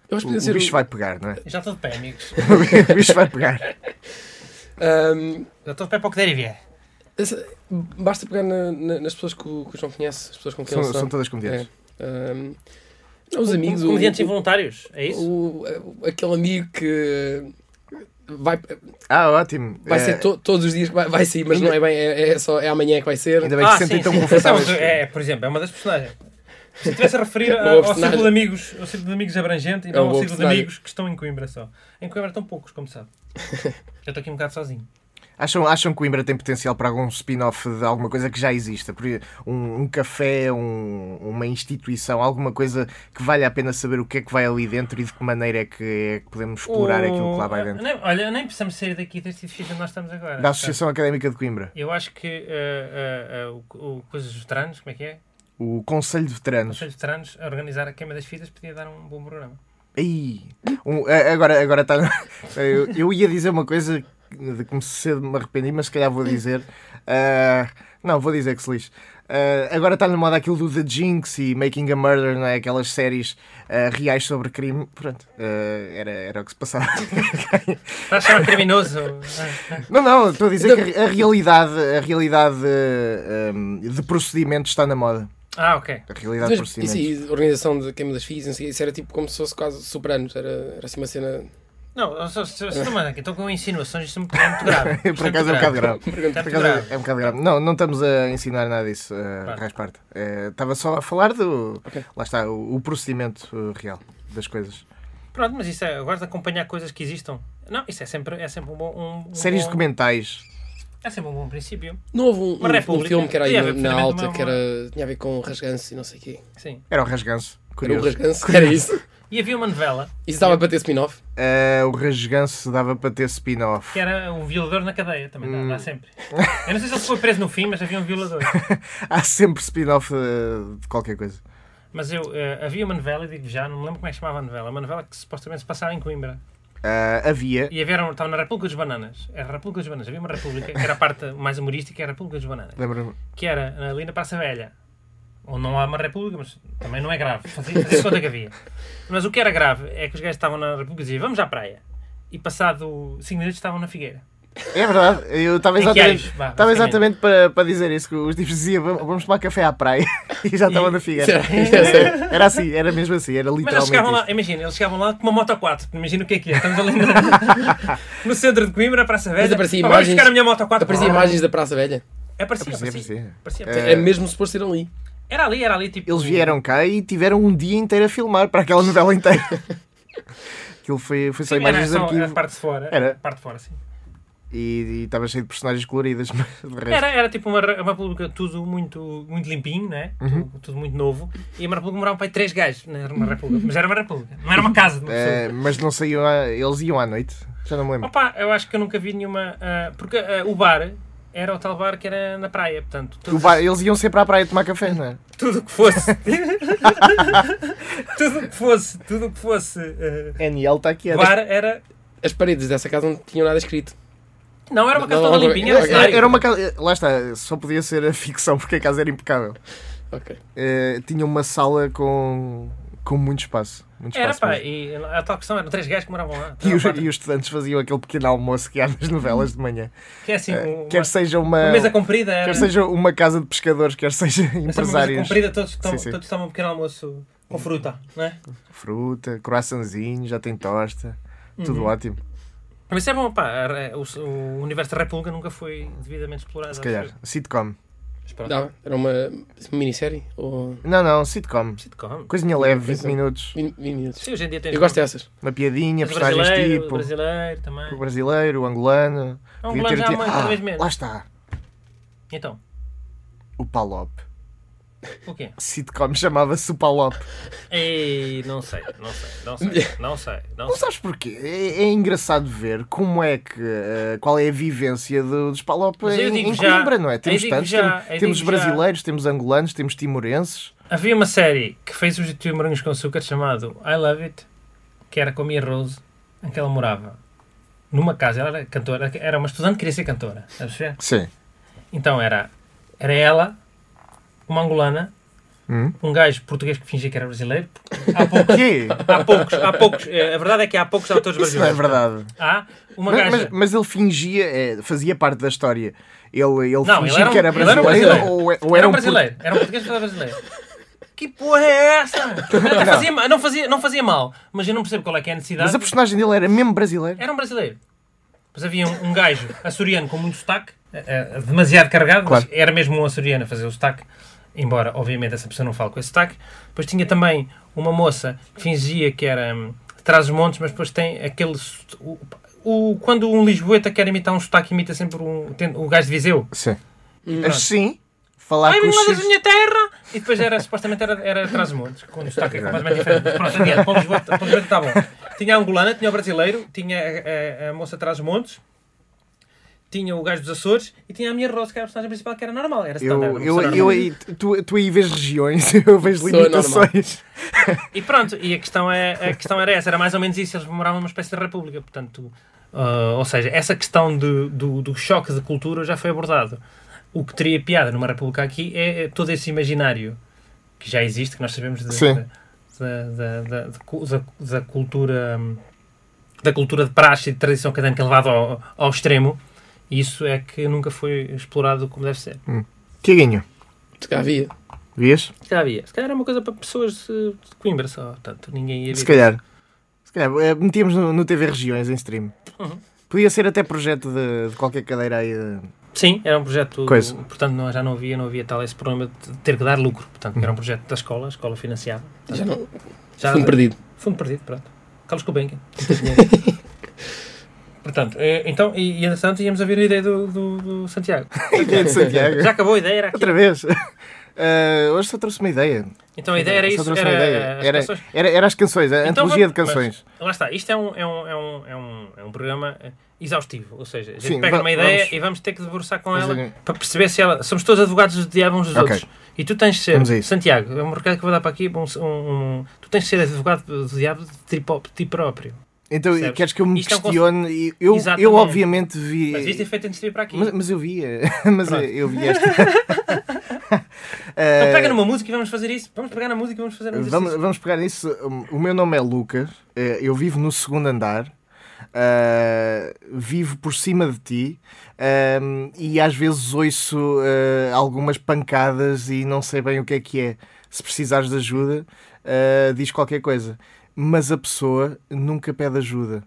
S5: Eu acho
S3: O,
S5: que podia
S3: o
S5: ser
S3: bicho
S5: um-
S3: vai pegar, não é? [laughs]
S4: Eu já estou de pé, amigos.
S3: O bicho vai pegar.
S5: Ahm,
S4: Já estou de pé para o que der e vier.
S5: essa- basta pegar na- na- nas pessoas que o, que o João conhece, as pessoas com quem
S3: São,
S5: ele
S3: são
S5: sabe.
S3: todas comediantes.
S5: É. Ahm, não, os amigos, o,
S4: Comediantes
S5: o,
S4: involuntários, é isso?
S5: o- o- aquele amigo que vai,
S3: Ah, ótimo.
S5: vai
S3: Eh,
S5: ser to- todos os dias que vai, vai sair, mas não é bem, é, é só é amanhã que vai ser.
S3: Ainda bem que
S4: Ah,
S3: se sentem
S4: sim,
S3: tão
S4: sim.
S3: confortáveis.
S4: Não, É, por exemplo, é uma das personagens. Se estivesse a referir
S5: Não
S4: a-
S5: há
S4: ao
S5: personagem.
S4: círculo de amigos, ao círculo de amigos abrangente e
S5: É um
S4: não ao
S5: bom
S4: círculo de
S5: personagem.
S4: amigos que estão em Coimbra só. Em Coimbra estão poucos, como sabe. Eu estou aqui um bocado sozinho.
S3: Acham, acham que Coimbra tem potencial para algum spin-off de alguma coisa que já exista? Por exemplo, um, um café, um- uma instituição, alguma coisa que valha a pena saber o que é que vai ali dentro e de que maneira é que, é que podemos explorar
S4: O-
S3: aquilo que lá vai dentro?
S4: Nem- olha, nem precisamos sair daqui deste edifício onde nós estamos agora.
S3: Da Associação Académica de Coimbra,
S4: Eu acho que eh, eh, eh, o, o Coisas dos Veteranos, como é que é?
S3: o Conselho de
S4: O
S3: Veteranos.
S4: Conselho de Veteranos, a organizar a queima das fitas podia dar um bom programa.
S3: Aí, um- a- agora agora está. [laughs] eu, eu ia dizer uma coisa de que me cedo me arrependi, mas se calhar vou dizer. Ah, não, vou dizer que se lixe. Ah, agora está na moda aquilo do The Jinx e Making a Murder, não é? Aquelas séries ah, reais sobre crime. Pronto, ah, era, era o que se passava. [laughs]
S4: Estás a chamar criminoso?
S3: não, não, estou a dizer que a, a realidade, a realidade ah, ah, de procedimentos está na moda.
S4: Ah, ok.
S3: A realidade de
S5: Mas, isso
S3: procedimentos.
S5: aí, organização da queima das filhas, não sei, isso era tipo como se fosse quase superanos, era, era assim uma cena.
S4: Não, eu só- só- só- não, mas aqui estou com insinuações, isto é muito é muito
S3: [laughs]
S4: grave.
S3: Por acaso é um bocado grave.
S4: Está
S3: Por
S4: muito
S3: acaso,
S4: grave.
S3: é um bocado grave. Não, não estamos a ensinar nada disso, uh,
S4: Pronto.
S3: Rasparte. Eh, Estava só a falar do.
S5: Ok.
S3: Lá está, o, o procedimento eh, real das coisas.
S4: Pronto, mas isso é, eu gosto de acompanhar coisas que existam. Não, isso é sempre, é sempre um bom... Um, um
S3: Séries
S4: bom,
S3: documentais.
S4: É sempre um bom princípio,
S5: Não houve um,
S4: Uma
S5: um- um
S4: república.
S5: filme que era aí
S4: Tinha a
S5: na,
S4: ver
S5: na
S4: perfeitamente
S5: alta,
S4: uma-
S5: que era, tinha a ver com rasganço e não sei o quê.
S4: sim.
S3: Era o Rasganso.
S5: Era o
S3: Curioso.
S5: rasganço, era
S4: [laughs]
S5: isso.
S4: E havia uma novela,
S5: Isso estava para ter spin-off.
S3: Eh, o Rasganso dava para ter
S4: que
S3: spin-off.
S4: era um violador na cadeia, também dá,
S3: Hum.
S4: dá sempre. Eu não sei se ele foi preso no fim, mas havia um violador.
S3: [laughs] Há sempre spin-off eh, de qualquer coisa.
S4: Mas eu eh, havia uma novela, e digo já, não me lembro como é que chamava a novela, uma novela que supostamente se passava em Coimbra.
S3: Ah, havia.
S4: E havia, um, estava na República dos Bananas. Era a República dos Bananas. Havia uma república que era a parte mais humorística, era a República dos Bananas.
S3: Lembro-me.
S4: Que era ali na Praça Velha. Onde não há uma república, mas também não é grave. Fazia fazia-se conta que havia. Mas o que era grave é que os gajos estavam na república e diziam vamos à praia. E passado 5 minutos estavam na Figueira.
S3: É verdade, eu estava
S4: Em que
S3: exatamente,
S4: anos? Vá,
S3: estava
S4: basicamente.
S3: exatamente para, para dizer isso, que os tipos diziam "Vamos- vamos tomar café à praia [laughs] e já estavam na figueira.
S5: Isto é sério.
S3: Era assim, era mesmo assim, era
S4: Mas eles
S3: literalmente
S4: chegavam lá,
S3: isto.
S4: imagina, eles chegavam lá com uma moto 4. Imagina o que é que é. Estamos ali no,
S3: [laughs]
S4: no centro de Coimbra, na Praça Velha.
S5: Mas aparecia
S4: "Pá, vamos
S5: imagens-
S4: buscar a minha moto Ah, é, 4.
S5: Aparecia imagens da Praça Velha.
S4: Aparecia,
S3: Aparecia,
S4: aparecia.
S3: aparecia.
S4: Aparecia,
S3: É.
S4: aparecia.
S5: É mesmo suposto ser ali.
S4: Era ali, era ali. Tipo,
S3: Eles vieram cá e tiveram um dia inteiro a filmar para aquela novela
S4: [laughs]
S3: inteira. Aquilo foi, foi só
S4: Sim, era
S3: imagens de
S4: só a
S3: arquivo
S4: parte de fora.
S3: Era.
S4: a parte de fora, sim.
S3: e e estava cheio de personagens coloridas, [laughs] mas de resto.
S4: Era, era tipo uma, re- uma república, tudo muito, muito limpinho, né? Tudo, tudo muito novo. E uma república moravam para aí três gajos na numa república. Mas era uma república, não era uma casa de uma pessoa.
S3: Eh, mas não saíam, à- eles iam à noite, já não me lembro.
S4: Opa, eu acho que eu nunca vi nenhuma. ah, porque ah, o bar era o tal bar que era na praia, portanto.
S3: O
S4: Tudo,
S3: bar- eles iam sempre à praia tomar café, não é?
S4: tudo o que fosse. tudo o que fosse. Tudo o que fosse. ah,
S3: NL está aqui.
S4: bar era.
S5: As paredes dessa casa não tinham nada escrito.
S4: Não, era uma casa
S5: Não,
S4: toda
S5: não,
S4: limpinha, era um
S5: não,
S3: Era,
S4: cenário.
S3: era uma casa. eh, Lá está, só podia ser a ficção porque a casa era impecável.
S5: Ok.
S3: Eh, tinha uma sala com, com muito espaço. Muito
S4: Era
S3: espaço
S4: pá,
S3: mesmo.
S4: e a tal questão eram três gajos que moravam lá.
S3: e,
S4: três ou
S3: os,
S4: quatro.
S3: e os estudantes faziam aquele pequeno almoço que há nas novelas de manhã.
S4: Que é assim,
S3: Eh,
S4: um-
S3: quer
S4: uma,
S3: seja uma,
S4: uma mesa comprida. Era...
S3: quer seja uma casa de pescadores, quer seja
S4: Essa é uma mesa
S3: empresários.
S4: comprida, todos tomam,
S3: Sim, sim.
S4: todos tomam um pequeno almoço com fruta, não é?
S3: Fruta, croissantzinho, já tem tosta. Tudo
S4: Uhum.
S3: ótimo.
S4: Mas isso é bom, pá, a- a- o, o universo da República nunca foi devidamente explorado.
S3: Se
S4: acho eu.
S3: calhar. Sitcom.
S4: Mas
S3: Ah.
S4: pronto,
S5: Dava. Era uma minissérie? Ou.
S3: Não, não, sitcom.
S4: sitcom.
S3: Coisinha leve, 20
S5: Coisa-
S3: minutos.
S5: 20 minutos.
S4: Sim, hoje em dia tens
S5: Eu gosto dessas.
S3: Uma piadinha,
S4: Tens o
S3: personagens
S4: brasileiro, o
S3: tipo.
S4: brasileiro também.
S3: O brasileiro, o angolano.
S4: Ah, o
S3: Devia
S4: angolano
S3: ter tipo- Ah, tido-
S4: já há mais- cada vez menos.
S3: Lá está.
S4: Então,
S3: O Palop.
S4: o quê?
S3: Sitcom [laughs] chamava-se o Palop.
S4: Ei, não sei, não sei,
S3: [laughs]
S4: não sei, não sei, não
S3: Não
S4: sei.
S3: sabes porquê? É, é engraçado ver como é que. eh, qual é a vivência do- dos Palop
S4: Mas eu
S3: em,
S4: digo
S3: em
S4: já,
S3: Coimbra, não é?
S4: eu
S3: Temos
S4: digo
S3: tantos.
S4: já,
S3: temos
S4: eu
S3: temos
S4: digo já.
S3: brasileiros, temos angolanos, temos timorenses.
S4: Havia uma série que fez os tio Morangos com Açúcar chamado I Love It, que era com a Mia Rose, em que ela morava numa casa, ela era cantora, era uma estudante que queria ser cantora, estás a ver?
S3: Sim.
S4: Então era, era ela, uma angolana,
S3: Hum?
S4: um gajo português que fingia que era brasileiro. porque Há poucos,
S3: Quê?
S4: há poucos, há poucos. eh, A verdade é que há poucos autores
S3: Isso não é
S4: brasileiros.
S3: verdade.
S4: Há uma
S3: Mas,
S4: gaja.
S3: mas- mas ele fingia, eh, fazia parte da história. Ele, ele
S4: Não, ele
S3: fingia
S4: era um-
S3: que era
S4: ele era
S3: brasileiro,
S4: um brasileiro.
S3: ou, é, ou
S4: era um
S3: por-
S4: brasileiro. Era um português que era brasileiro. Que porra é essa? mano? Até fazia ma- não, fazia, não fazia mal, mas eu não percebo qual é que é a necessidade.
S3: Mas a personagem dele era mesmo brasileiro.
S4: Era um brasileiro. Mas havia um, um gajo açoriano com muito sotaque, eh, eh, demasiado carregado,
S3: Claro.
S4: mas era mesmo um açoriano a fazer o sotaque, embora, obviamente, essa pessoa não fale com esse sotaque. Depois tinha também uma moça que fingia que era hum, de trás os montes, mas depois tem aquele. sot- O, o- quando um Lisboeta quer imitar um sotaque, imita sempre um, tem- o gajo de Viseu.
S3: Sim. Assim, falar
S4: Ai,
S3: com
S4: vem
S3: os
S4: lá da
S3: chefes-
S4: minha terra! E depois era, supostamente, era, era trás montes com um sotaque completamente diferente. Pronto, adiante, para o Lisboeta para o Lisboeta está tá bom. Tinha a angolana, tinha o brasileiro, tinha a, a- a moça trás montes tinha o gajo dos Açores e tinha a minha Rose, que era a personagem principal, que era normal, era standard.
S3: Eu,
S4: uma
S3: eu,
S4: pessoa
S3: eu,
S4: normal.
S3: aí- tu, tu aí vês regiões, [laughs] eu vejo
S5: Sou normal.
S3: limitações.
S4: E pronto, e a questão, é, a questão era essa, era mais ou menos isso, eles moravam numa espécie de república, portanto, ah, ou seja, essa questão de- do, do choque de cultura já foi abordado. O que teria piada numa república aqui é é todo esse imaginário que já existe, que nós sabemos de-
S3: Sim.
S4: de- da, da, da, de cu- da- da cultura hum, da cultura de praxe e de tradição académica levado ao, ao extremo, isso é que nunca foi explorado como deve ser.
S3: Tiaguinho,
S5: Se cá havia.
S3: vias?
S4: Se calhar havia. Se calhar era uma coisa para pessoas eh, de Coimbra só, portanto, ninguém ia ver.
S3: Se calhar. Se calhar, eh, metíamos no, no TV Regiões em stream.
S4: Uhum.
S3: Podia ser até projeto de, de qualquer cadeira aí. eh, [laughs]
S4: Sim, era um projeto.
S3: Coisa.
S4: Portanto, não, já não havia, não havia tal esse problema de ter que dar lucro. Portanto,
S3: Uhum.
S4: era um projeto da escola, a escola financiava.
S5: Já não.
S4: Já
S5: Fundo perdido.
S4: Fundo perdido, pronto.
S3: [laughs]
S4: Carlos Gulbenkian. portanto, eh, então, e, e entretanto, íamos ouvir a ideia do, do, do
S3: [laughs]
S4: Santiago.
S3: Ideia de Santiago.
S4: Já acabou a ideia, era aqui.
S3: Outra vez. [laughs] Eh, hoje só trouxe uma ideia.
S4: Então a ideia era
S3: Só
S4: isso,
S3: trouxe
S4: era,
S3: uma ideia.
S4: as
S3: Era-
S4: canções.
S3: era- era as canções, a
S4: Então
S3: antologia
S4: vamos-
S3: de canções.
S4: mas, lá está, isto é um, é um, é um, é um, é um programa eh, exaustivo, ou seja, a gente
S3: Sim,
S4: pega
S3: va-
S4: uma ideia
S3: vamos-
S4: e vamos ter que debruçar com
S3: Vamos
S4: ela
S3: ali.
S4: para perceber se ela. Somos todos advogados do diabo uns dos
S3: Ok.
S4: outros. E tu tens de
S3: Vamos a
S4: ser,
S3: isso.
S4: Santiago, é um recado que eu vou dar para aqui, um, um- um- tu tens de ser advogado do diabo de ti, pró- de ti próprio.
S3: Então
S4: Percebes?
S3: queres que eu me
S4: Isto é um conce-
S3: questione? E Eu,
S4: Exatamente.
S3: eu obviamente vi.
S4: Mas isto é feito antes de vir para aqui.
S3: Mas, mas eu via, [laughs] mas eu,
S4: Pronto.
S3: eu
S4: [laughs]
S3: vi esta.
S4: Então
S3: Eh,
S4: pega numa música e vamos fazer isso. Vamos pegar na música e vamos fazer um
S3: vamos,
S4: exercício.
S3: vamos pegar nisso. O meu nome é Lucas, eh, eu vivo no segundo andar. eh, vivo por cima de ti eh, e às vezes ouço eh, algumas pancadas e não sei bem o que é que é. Se precisares de ajuda, eh, diz qualquer coisa, mas a pessoa nunca pede ajuda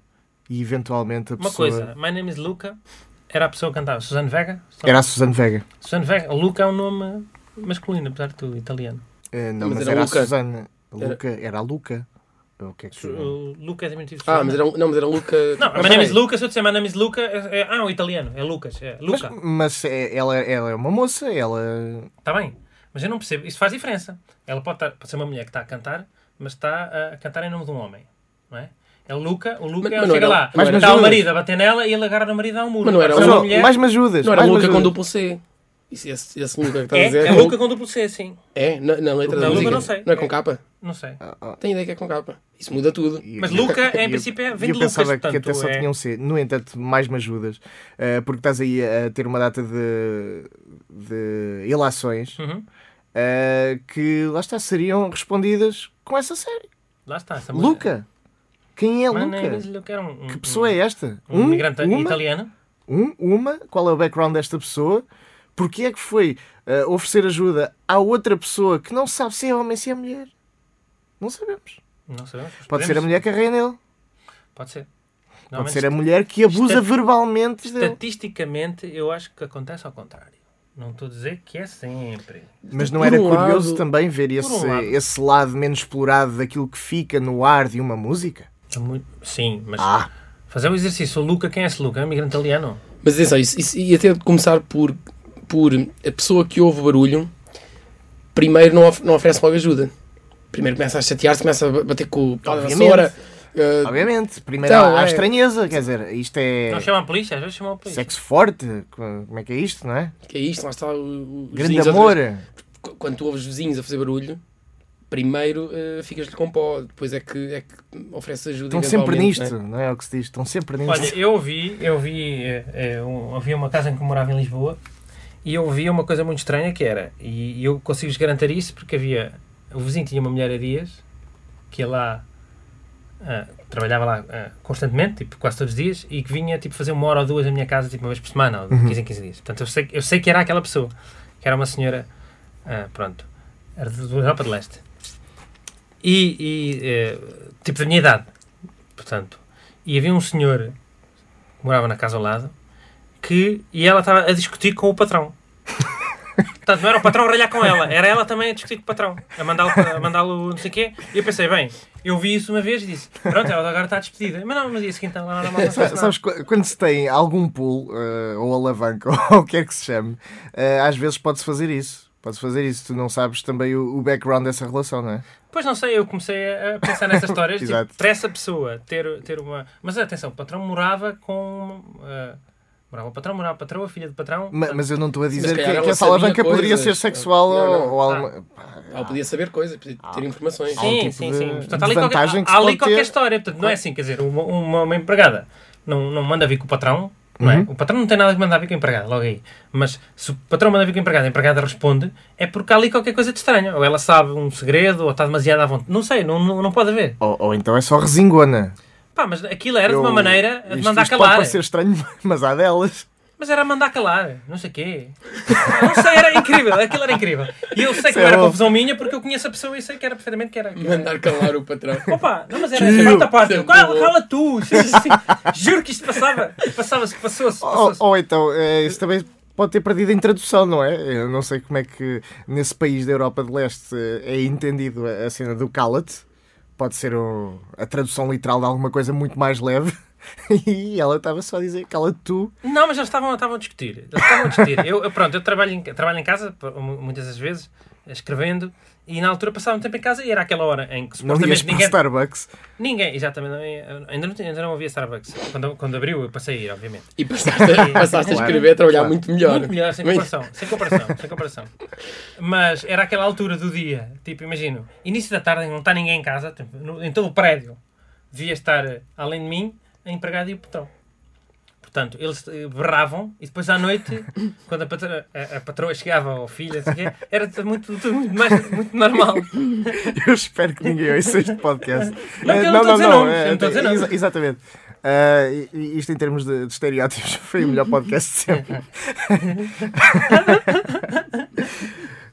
S3: e eventualmente a
S4: Uma
S3: pessoa
S4: coisa, My Name is Luca. Era a pessoa que cantava. Suzanne Vega?
S3: era a Susana Vega.
S4: Suzanne Vega. Luca é um nome masculino, apesar de tu, italiano.
S3: Eh, não,
S5: Mas
S3: mas,
S5: era
S3: era,
S5: Luca.
S3: a Susana. Luca, era... a Luca. O que é que-
S4: Su- o Luca é diminutivo. de
S5: Ah,
S4: Suzanne.
S5: mas era, um- não, mas era um Luca.
S4: Não, My
S5: Mas
S4: Name
S5: peraí.
S4: is Luca. Se eu disser My Name is Luca, é, é, ah, um italiano. É Lucas. É
S3: Mas,
S4: Luca.
S3: mas é- ela, ela é uma moça, ela.
S4: Está tá bem. Mas eu não percebo. Isso faz diferença. Ela pode, estar- pode ser uma mulher que está a cantar, mas está a cantar em nome de um homem. Não é? É o Luca. O Luca
S5: Mas-
S4: é
S5: mas
S4: o
S5: não
S4: chega
S5: era-
S4: lá.
S5: mas-
S3: mas
S4: está o
S3: não-
S4: marido a bater nela e ele agarra o marido a um muro.
S5: Mas não era-
S4: Parece
S5: mas
S4: uma
S3: João,
S4: mulher.
S3: mais me ajudas.
S5: Não era
S3: mais me
S5: Luca com
S3: ajudas.
S5: duplo C. Isso- Esse, esse Luca que estás a dizer.
S4: É, é
S5: com-
S4: Luca com duplo C, sim.
S5: É, na, na letra
S4: Não,
S5: da
S4: Luca
S5: música.
S4: não sei.
S5: Não é com
S4: É.
S5: capa?
S4: Não sei.
S5: Tenho ideia que é com capa. Isso muda tudo.
S3: Ah. E-
S4: Mas
S5: [laughs]
S4: Luca, em
S3: e-
S4: princípio, é-
S3: e
S4: vem
S3: eu
S4: de Lucas,
S3: pensava que
S4: portanto,
S3: até só
S4: é-
S3: tinha um C. No entanto, mais me ajudas. eh, porque estás aí a ter uma data de, de ilações
S4: Uhum.
S3: eh, que lá está, seriam respondidas com essa série.
S4: Lá está. Essa mulher.
S3: Luca! Quem é
S4: My name is
S3: Luca?
S4: Luca. Era um, um,
S3: Que pessoa é esta?
S4: um imigrante
S3: uma,
S4: italiano.
S3: Um, uma, qual é o background desta pessoa? Porquê é que foi eh, oferecer ajuda à outra pessoa que não sabe se é homem se é mulher? Não sabemos.
S4: Não sabemos. mas
S3: Pode ser a
S4: podemos.
S3: mulher que arreia nele.
S4: Pode ser.
S3: Pode
S4: Normalmente,
S3: ser a mulher que abusa
S4: esta-
S3: verbalmente
S4: é
S3: dele.
S4: Estatisticamente, eu acho que acontece ao contrário. Não estou a dizer que é sempre.
S3: Mas não
S5: por
S3: era
S5: um
S3: curioso
S5: lado-
S3: também ver esse,
S4: um lado-
S3: esse lado menos explorado daquilo que fica no ar de uma música?
S4: É muito- Sim, mas
S3: Ah.
S4: fazer o exercício. O Luca, quem é esse Luca? É um imigrante italiano?
S5: Mas atenção, isso, isso, e até começar por, por a pessoa que ouve o barulho, primeiro não, of- não oferece logo ajuda. Primeiro começa a chatear-se, começa a bater com o pau da
S3: Obviamente.
S5: vassoura. eh,
S3: Obviamente. Primeiro
S5: Então,
S3: há a
S5: é-
S3: estranheza. Quer dizer, isto é
S4: Não um chama a polícia? Às vezes chama a polícia.
S3: sexo forte. Como é que é isto, não é?
S5: que é isto, lá está o, o- os
S3: Grande
S5: vizinhos outra
S3: amor.
S5: vez. Qu- Quando tu ouves os vizinhos a fazer barulho, primeiro eh, ficas-lhe com pó, depois é que, é que oferece ajuda.
S3: Estão sempre
S5: eventualmente,
S3: nisto,
S5: né?
S3: não é o que se diz? Estão sempre nisto.
S4: [laughs] Olha, eu ouvi, eu ouvi, eh, eh, um- havia uma casa em que eu morava em Lisboa e eu ouvi uma coisa muito estranha que era, e eu consigo-vos garantir isso porque havia, o vizinho tinha uma mulher a dias que ia lá, ah, trabalhava lá ah, constantemente, tipo quase todos os dias, e que vinha tipo fazer uma hora ou duas na minha casa, tipo uma vez por semana, ou de 15 em 15 dias. Portanto, eu sei, eu sei que era aquela pessoa, que era uma senhora, ah, pronto, era da Europa de Leste. E, e, eh, tipo da minha idade, portanto. E havia um senhor que morava na casa ao lado que, e ela estava a discutir com o patrão. Portanto, não era o patrão a ralhar com ela, era ela também a discutir com o patrão, a mandá-lo a mandá não sei o quê. E eu pensei, bem, eu vi isso uma vez e disse, pronto, ela agora está despedida. Mas não, no dia seguinte ela lá na malta.
S3: Sa- [laughs] Sabes, qu- quando se tem algum pulo, eh, ou alavanca, [laughs] ou o que é que se chame, eh, às vezes pode-se fazer isso. Pode-se fazer isso. Tu não sabes também o, o background dessa relação, não é?
S4: Pois não sei, eu comecei a a pensar
S3: [laughs]
S4: nessas histórias. tipo,
S3: Exato.
S4: para essa pessoa ter, ter uma. Mas atenção, o patrão morava com. ah, morava o patrão, morava a patroa, a filha do patrão.
S3: Ma- Mas, eu não estou a dizer
S5: se
S3: que,
S5: calhar
S3: que
S5: ela
S3: essa
S5: sabia
S3: alavanca poderia
S5: coisas.
S3: ser sexual
S5: Não, não.
S3: ou, ou alguma.
S5: Ela Ah, podia saber coisas, podia ter informações.
S3: um
S4: Ah. Sim,
S3: tipo
S4: sim,
S3: de-
S4: sim. Portanto, há
S3: de
S4: ali qualquer,
S3: vantagem que
S4: há
S3: se
S4: ali
S3: pode
S4: qualquer
S3: ter.
S4: história. Portanto, não é assim, quer dizer, uma, uma, uma empregada não, não manda vir com o patrão, não
S3: Uhum.
S4: é? O patrão não tem nada que mandar vir com a empregada, logo aí. Mas se o patrão manda vir com a empregada e a empregada responde, é porque há ali qualquer coisa de estranho. Ou ela sabe um segredo, ou está demasiado à vontade. Não sei, não, não, não pode haver.
S3: Ou, ou então é só resingona.
S4: Pá, mas aquilo era de uma
S3: Eu-
S4: maneira de
S3: isto-
S4: mandar
S3: isto Pode
S4: calar.
S3: parecer estranho, [laughs] mas há delas.
S4: Mas era mandar calar, não sei quê. Não sei, era incrível, aquilo era incrível. E eu sei que
S3: Isso é
S4: não era
S3: bom. Hum.
S4: confusão minha porque eu conheço a pessoa e sei que era perfeitamente que era. que era-
S5: Mandar calar o
S4: [laughs]
S5: patrão.
S4: Opa, não, mas era essa parte.
S3: é
S5: Sempre
S4: Cala,
S5: bom.
S4: cala tu! seja assim. Juro que isto passava. Passava-se, passou-se.
S3: Ou,
S4: passou-se.
S3: ou então, eh, isso também pode ter perdido em tradução, não é? Eu não sei como é que nesse país da Europa de Leste eh, é entendido a a cena do cala-te. Pode ser um- a tradução literal de alguma coisa muito mais leve. [laughs] E ela estava só a dizer cala-te tu.
S4: Não, mas eles estavam, estavam a discutir. Eles estavam a discutir. Eu, eu, pronto, eu trabalho em, trabalho em casa, pô, mu- muitas das vezes, escrevendo, e na altura passava um tempo em casa e era aquela hora em que
S3: Não ias
S4: supostamente
S3: para o
S4: ninguém.
S3: Starbucks.
S4: Ninguém, exatamente. não ia- Ainda não, tinha- ainda não havia Starbucks. Quando, quando abriu, eu passei a ir, obviamente.
S5: E passaste, a- passaste a escrever, a trabalhar
S3: claro.
S5: muito melhor.
S4: Muito melhor, sem
S5: Muito-
S4: comparação, sem comparação, sem comparação. Mas era aquela altura do dia, tipo, imagino, início da tarde, não está ninguém em casa, tipo, no- em todo o prédio. devia estar, além de mim, a empregada e o patrão. Portanto, eles eh, berravam e depois à noite, [coughs] quando a patroa, a, a patroa chegava ao filho, não sei o quê, era tudo muito, tudo muito, mais,
S3: [laughs]
S4: muito normal.
S3: Eu espero que ninguém ouça este podcast.
S4: [laughs] Não,
S3: Eh,
S4: eu não estou a dizer nomes, eu não estou a dizer
S3: eh, exa-
S4: nomes.
S3: Exatamente. Ah, e- e isto em termos de, de estereótipos [laughs] foi o melhor podcast de sempre.
S4: [laughs]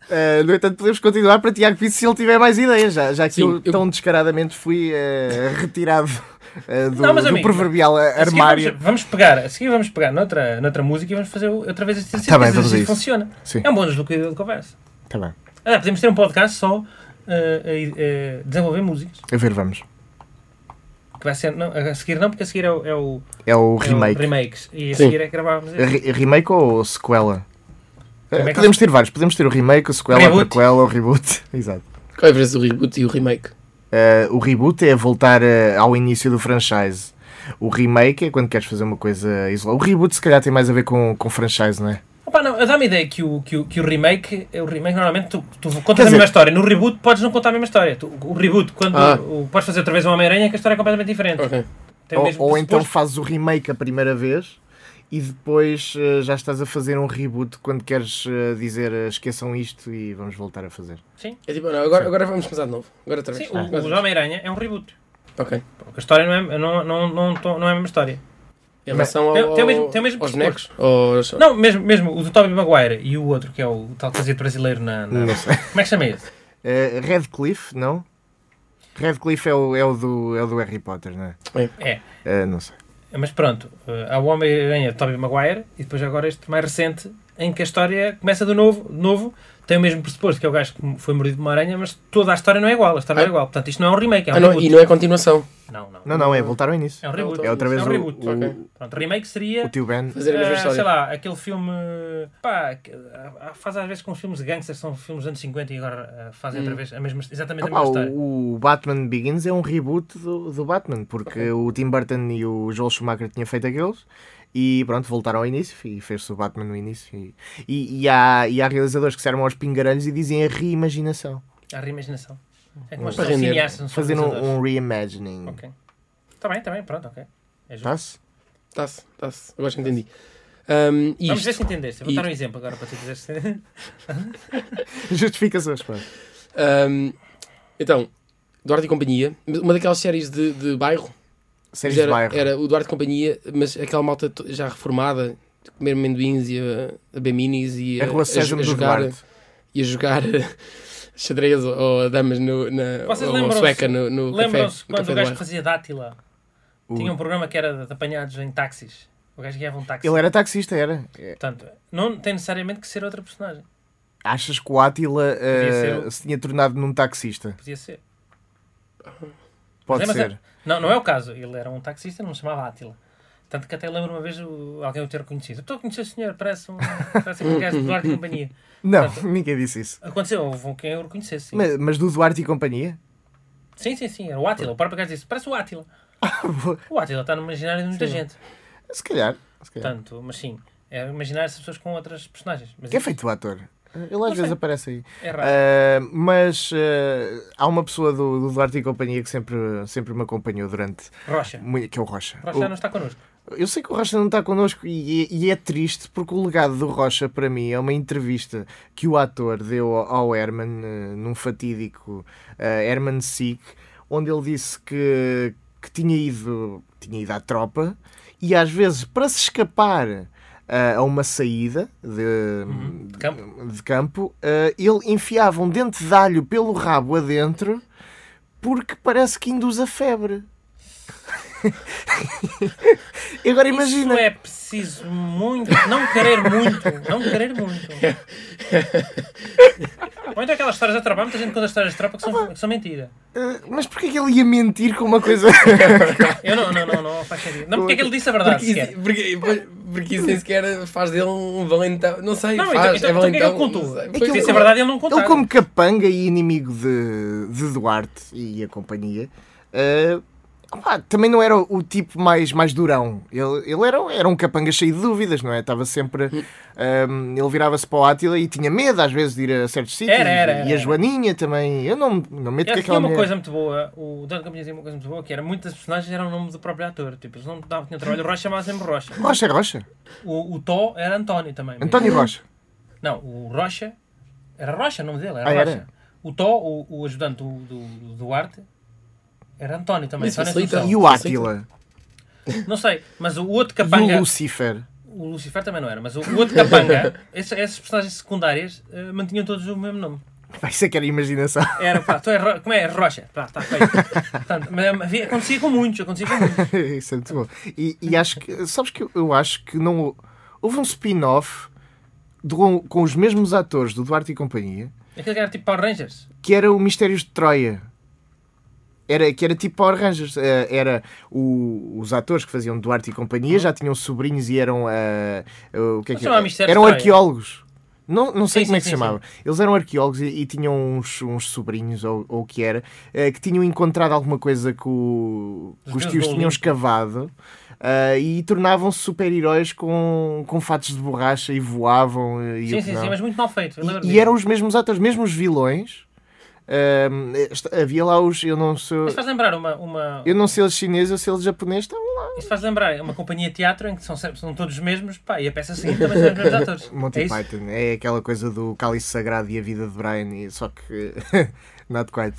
S3: Ah, no entanto, podemos continuar para Tiago Pinto se ele tiver mais ideias, já, já que
S5: Sim,
S3: eu,
S5: eu-
S3: tão descaradamente fui eh, retirado eh, do,
S4: Não, mas,
S3: do
S4: amigo,
S3: proverbial eh,
S4: A seguir
S3: armário.
S4: Vamos, vamos pegar, a seguir vamos pegar noutra, noutra música e vamos fazer o- outra vez este exercício.
S3: Tá bem,
S4: Este
S3: vamos a isso.
S4: exercício funciona.
S3: Sim,
S4: É um bom desbloqueio de conversa.
S3: tá bem.
S4: Ah, podemos ter um podcast só eh, a- a desenvolver músicas.
S3: A ver, vamos.
S4: Que vai ser, não, a seguir não, porque a seguir é o, é o,
S3: É o
S4: é o
S3: remake.
S4: remakes. E a
S5: Sim.
S4: seguir é gravarmos.
S3: Re- remake ou sequela? Eh,
S4: Remake
S3: podemos ter vários. Podemos ter o remake, a sequela, a
S4: Reboot.
S3: prequela, o reboot. [laughs] Exato.
S5: Qual é a diferença do reboot e o remake?
S3: Eh, o reboot é voltar eh, ao início do franchise. O remake é quando queres fazer uma coisa isolada. O reboot se calhar tem mais a ver com, com franchise, não é?
S4: Opa, não, dá-me a ideia que o, que, o, que o remake, o remake normalmente tu, tu
S3: Quer
S4: contas a
S3: dizer-
S4: mesma história. No reboot podes não contar a mesma história. Tu- o reboot, quando
S5: Ah.
S4: o- podes fazer outra vez uma Homem-Aranha, que a história é completamente diferente.
S5: Ok.
S4: Tem o
S3: Ou,
S4: mesmo
S3: ou então
S4: pressuposto.
S3: fazes o remake a primeira vez e depois eh, já estás a fazer um reboot quando queres eh, dizer eh, esqueçam isto e vamos voltar a fazer.
S5: É tipo, não, agora, agora vamos começar de novo. Agora outra vez.
S4: Sim, o,
S5: Ah,
S4: o Homem-Aranha é um reboot.
S5: Ok.
S4: Porque a história não é, não, não, não, não, é a mesma história.
S5: Em relação
S4: Tem-
S5: ao,
S4: tem o mesmo- tem o mesmo
S5: aos bonecos?
S4: pressuposto.
S5: Aos...
S4: Não, mesmo, mesmo o do Tobey Maguire e o outro, que é o tal casito brasileiro na... na-
S3: Não sei.
S4: Como é que chama esse?
S3: Eh, Radcliffe, não? Radcliffe é o, é, o do, é o do Harry Potter, não é?
S4: É.
S3: Eh, não sei.
S4: Mas pronto, eh, há o Homem-Aranha de Tobey Maguire e depois agora este mais recente em que a história começa de novo, de novo tem o mesmo pressuposto que é o gajo que foi mordido de uma aranha, mas toda a história não é igual, a história não é
S5: Ah.
S4: igual. Portanto, isto não é um remake, é um
S5: Ah, não,
S4: reboot.
S5: e não é continuação.
S4: não, não.
S3: Não, não, é voltar ao início.
S4: É um reboot.
S3: É outra vez
S4: é um
S3: o-
S4: reboot.
S3: o,
S5: Ok.
S4: Pronto, remake seria
S3: o tio Ben.
S5: Fazer a mesma
S4: eh, sei
S5: história.
S4: lá, aquele filme pá, que, ah, faz às vezes com os filmes de gangsters, são filmes dos anos 50 e agora ah, fazem outra
S5: Hum.
S4: vez a mesma, exatamente
S3: Ah
S4: a
S3: pá,
S4: mesma história.
S3: o, o Batman Begins é um reboot do, do Batman, porque o Tim Burton e o Joel Schumacher tinham feito aqueles e pronto, voltaram ao início e fez-se o Batman no início. E, e, e há, e há realizadores que se armam aos pingarelhos e dizem a reimaginação.
S4: A reimaginação. É como os
S5: Para render.
S4: cineastas, não são
S3: Fazer um,
S4: realizadores.
S3: um reimagining.
S4: Ok. Está bem, está bem, pronto, ok. É justo.
S3: Tá-se? [laughs]
S5: Está-se, está-se. Agora já entendi. Ahm, e
S4: Vamos ver
S5: isto,
S4: se entendeste. Eu Vou dar um
S5: Isto.
S4: exemplo agora para tu dizer se...
S3: Justifica-se a resposta.
S5: ahm, então, Duarte e Companhia, uma daquelas séries de, de bairro.
S3: Séries
S5: era,
S3: de bairro.
S5: era o Duarte e Companhia, mas aquela malta to- já reformada, de comer amendoins e a, a B-minis
S4: É
S5: e
S3: a rua Sésamo do
S5: jogar,
S3: Duarte.
S5: e a jogar [laughs] xadrez ou a damas no, na,
S4: Vocês
S5: ou a
S4: lembram-se-
S5: sueca no, no café.
S4: Lembram-se
S5: no
S4: quando
S5: café
S4: o
S5: do
S4: gajo
S5: bairro.
S4: fazia dátila?
S3: O-
S4: Tinha um programa que era de apanhados em táxis. O gajo guiava um táxi.
S3: Ele era taxista, era. É,
S4: Portanto, não tem necessariamente que ser outra personagem.
S3: Achas que o Átila eh,
S4: ser o-
S3: se tinha tornado num taxista?
S4: Podia ser.
S3: Pode
S4: Mas é, mas
S3: ser.
S4: Não, não é o caso. Ele era um taxista, não se chamava Átila. Tanto que até lembro uma vez o- alguém o ter reconhecido. Estou a conhecer o senhor, parece um, parece um gajo de Duarte e Companhia.
S3: Não,
S4: Portanto-
S3: [laughs] ninguém disse isso.
S4: Aconteceu, houve um quem eu reconhecesse. é- Sim.
S3: Mas, mas do Duarte e companhia?
S4: sim, sim, sim, era o Átila. O próprio gajo disse, parece o Átila.
S3: boa.
S4: O Átila está no imaginário de muita gente.
S3: Se calhar. Se calhar.
S4: Portanto, mas sim, é imaginar essas pessoas com outras personagens. Mas
S3: Que é
S4: isso
S3: feito o ator. Ele às vezes aparece aí.
S4: É raro.
S3: Ah, mas ah, há uma pessoa do, do Duarte e Companhia que sempre, sempre me acompanhou durante.
S4: Rocha.
S3: muito- que é o Rocha.
S4: Rocha não está connosco.
S3: O- eu sei que o Rocha não está connosco e, e é triste porque o legado do Rocha para mim é uma entrevista que o ator deu ao- ao Herman eh, num fatídico eh, Herman Sick, onde ele disse que, que tinha, ido, tinha ido à tropa e às vezes para se escapar ah, a uma saída de,
S4: Uhum. de campo.
S3: de campo, ah, ele enfiava um dente de alho pelo rabo adentro porque parece que induz a febre. [laughs] E Agora imagina.
S4: Isso é preciso muito, não querer muito, não querer muito. Ou então aquelas histórias da tropa. Há muita gente conta histórias de tropa que são, que são mentira.
S3: Ah, mas porquê que ele ia mentir com uma
S4: [laughs]
S3: coisa?
S4: Eu não, não, não, não faz sentido. Não, porque é que ele disse a verdade
S5: Porque,
S4: sequer.
S5: isso- porque, porque isso nem sequer faz dele um valentão. Não sei,
S4: Não, então- então- então o
S5: faz, é
S4: que é que
S5: valentão.
S4: ele contou?
S5: não sei.
S3: que
S5: Pois,
S3: ele-
S4: Se é verdade, ele não conta.
S3: ele, como capanga e inimigo de, de Duarte e a companhia, ah, Opá, também não era o tipo mais, mais durão. Ele, ele era, era um capanga cheio de dúvidas, não é? Estava sempre. hum, ele virava-se para o Átila e tinha medo às vezes de ir a certos sítios.
S4: Era, era, era.
S3: E a Joaninha também. Eu não, não meto é que
S4: Ele
S3: aquela
S4: tinha uma
S3: mulher.
S4: coisa muito boa, o Dante Caminha tinha uma coisa muito boa, que era muitas personagens eram o nome do próprio ator. Tipo, eles não davam, tinham trabalho. O Rocha chamava sempre Rocha.
S3: Rocha, Rocha.
S4: O, o Tó era António também. mas-
S3: António Rocha.
S4: Não, o Rocha. Era Rocha o nome dele, era
S3: Ah, era?
S4: Rocha. O Tó, o, o ajudante do, do, do Duarte, era António também.
S5: Mas
S4: Só nessa
S5: facilita.
S4: opção.
S3: E o Átila.
S4: Não sei, mas o outro
S3: E
S4: capanga.
S3: o Lucifer. [laughs]
S4: O Lucifer também não era, mas o o outro
S5: [laughs]
S4: capanga, esse- essas personagens secundárias eh, mantinham todos o mesmo nome.
S3: Vai ser que era imaginação. [laughs]
S4: Era, pá, tu é, Ro- como é? Rocha. Pá, tá feito. Portanto, mas é, havia- acontecia com muitos, acontecia com muitos.
S3: Isso é muito bom. E, e acho que, sabes que eu acho que não. Houve um spin-off do- com os mesmos atores do Duarte e Companhia,
S4: Aquele que era tipo Power Rangers.
S3: que era o Mistérios de Troia. Era, que era tipo Power Rangers. Eh, Era o- os atores que faziam Duarte e Companhia já tinham sobrinhos e eram. eh, o que é que
S4: Não se chamava
S3: era?
S4: Mistérios de
S3: Eram
S4: Troia.
S3: arqueólogos. Não, não sei
S4: Sim,
S3: como é que
S4: sim,
S3: se
S4: sim,
S3: chamava. Eles eram arqueólogos e, e tinham uns, uns sobrinhos, ou ou o que era, eh, que tinham encontrado alguma coisa que, o-
S4: Os
S3: que os
S4: deuses
S3: tios
S4: do
S3: tinham
S4: Olimpo.
S3: escavado ah, e tornavam-se super-heróis com, com fatos de borracha e voavam. eh, E, o
S4: Sim,
S3: que
S4: sim,
S3: não.
S4: sim, mas muito mal feito. eu
S3: E- um
S4: lembro
S3: e,
S4: disso.
S3: eram os mesmos atores, mesmo os vilões. Ahm, est- havia lá os. Eu não sou.
S4: Isso faz lembrar uma. uma...
S3: Eu não sei eles chineses ou se eles tá japoneses estavam lá.
S4: Isso faz lembrar é uma companhia de teatro em que são, sempre- são todos os mesmos, pá, e a peça seguinte também são
S3: [laughs]
S4: os mesmos atores.
S3: Monty
S4: é isso?
S3: Python é aquela coisa do cálice sagrado e a vida de Brian, e- só que. [laughs] not quite.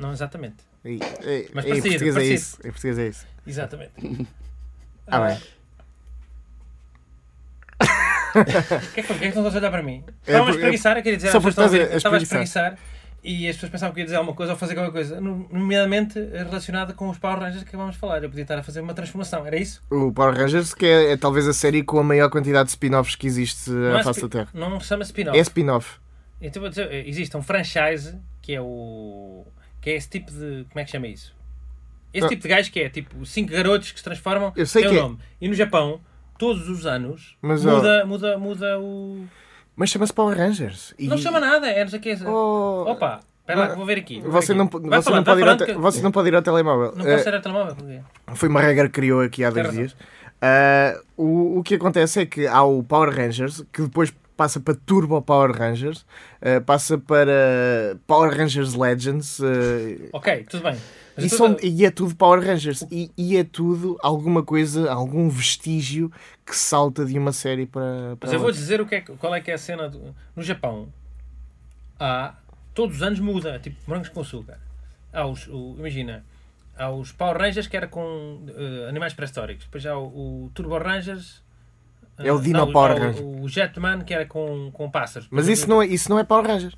S4: Não, exatamente.
S3: E- é-
S4: Mas
S3: é em
S4: parecido,
S3: português é
S4: parecido.
S3: isso. Em português é isso.
S4: Exatamente.
S3: Ah, bem.
S4: O que é que foi? Porquê é que não estás a olhar para mim?
S3: É
S4: Estava a
S3: por-
S4: espreguiçar, eu queria dizer.
S3: Só
S4: às pessoas
S3: porque estás
S4: que
S3: a
S4: estavam a ver- Estava a espreguiçar e as pessoas pensavam que eu ia dizer alguma coisa ou fazer qualquer coisa, no- nomeadamente relacionada com os Power Rangers que acabámos de falar. Eu podia estar a fazer uma transformação, era isso?
S3: O Power Rangers, que é, é talvez a série com a maior quantidade de spin-offs que existe
S4: Não
S3: na
S4: é
S3: face da
S4: spin-
S3: Terra.
S4: Não se chama spin-off.
S3: É spin-off.
S4: Então vou dizer, existe um franchise que é o. que é esse tipo de. como é que chama isso? Esse
S3: Ah.
S4: tipo de gajo que é tipo cinco garotos que se transformam
S3: Eu sei
S4: é
S3: que é.
S4: o nome. E no Japão, todos os anos,
S3: Mas, ó-
S4: muda, muda, muda o.
S3: Mas chama-se Power Rangers. E-
S4: Não chama nada, é não sei o que é.
S3: Oh,
S4: Opa, espera lá que vou ver aqui. vou ver
S3: Você
S4: aqui.
S3: não, po-
S4: Vai
S3: você,
S4: falando,
S3: não pode
S4: vai
S3: ir ao
S4: falando
S3: te-
S4: que-
S3: você não pode ir ao telemóvel.
S4: Não
S3: Eh,
S4: posso ser a telemóvel. por quê?
S3: foi uma regra que criou aqui há
S4: Tem
S3: dois
S4: razão.
S3: dias. Ah, o, o que acontece é que há o Power Rangers, que depois passa para Turbo Power Rangers, ah, passa para Power Rangers Legends, ah,
S4: Ok, tudo bem. Mas
S3: e,
S4: eu tô-
S3: são- e é tudo Power Rangers. E, e é tudo alguma coisa, algum vestígio que salta de uma série para. para
S4: Mas eu vou
S3: outra.
S4: dizer o que é, que- qual é que é a cena do- no Japão. Há todos os anos muda, tipo morangos com açúcar. Há os, o- imagina, há os Power Rangers que era com eh, animais pré-históricos, depois há o, o Turbo Rangers. eh,
S3: É o Dino
S4: não,
S3: Power
S4: há o-
S3: Ranger.
S4: O, Jetman que era com, com pássaros.
S3: Mas isso não é, isso não é Power Rangers.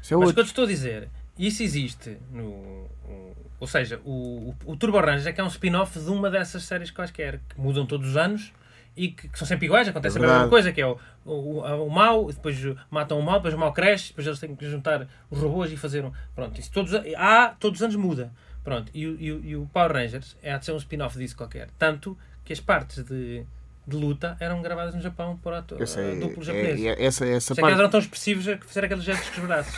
S3: Isso é
S4: Mas o
S3: outro.
S4: que eu te estou a dizer, isso existe no. o- Ou seja, o, o, o Turbo Rangers é que é um spin-off de uma dessas séries quaisquer, que mudam todos os anos e que, que são sempre iguais, acontece
S3: É
S4: a mesma
S3: verdade.
S4: coisa, que é o, o, o, o mau, depois matam o mau, depois o mau cresce, depois eles têm que juntar os robôs e fazer um. Pronto, isso todos, há, todos os anos muda. Pronto, e, o- e, o- e o Power Rangers é há de ser um spin-off disso qualquer. Tanto que as partes de, de luta eram gravadas no Japão por ator,
S3: Eu sei,
S4: duplo
S3: é-
S4: japonês.
S3: é- essa, essa
S4: Só que eles
S3: parte.
S4: eram tão expressivos a fazer aqueles gestos com os braços.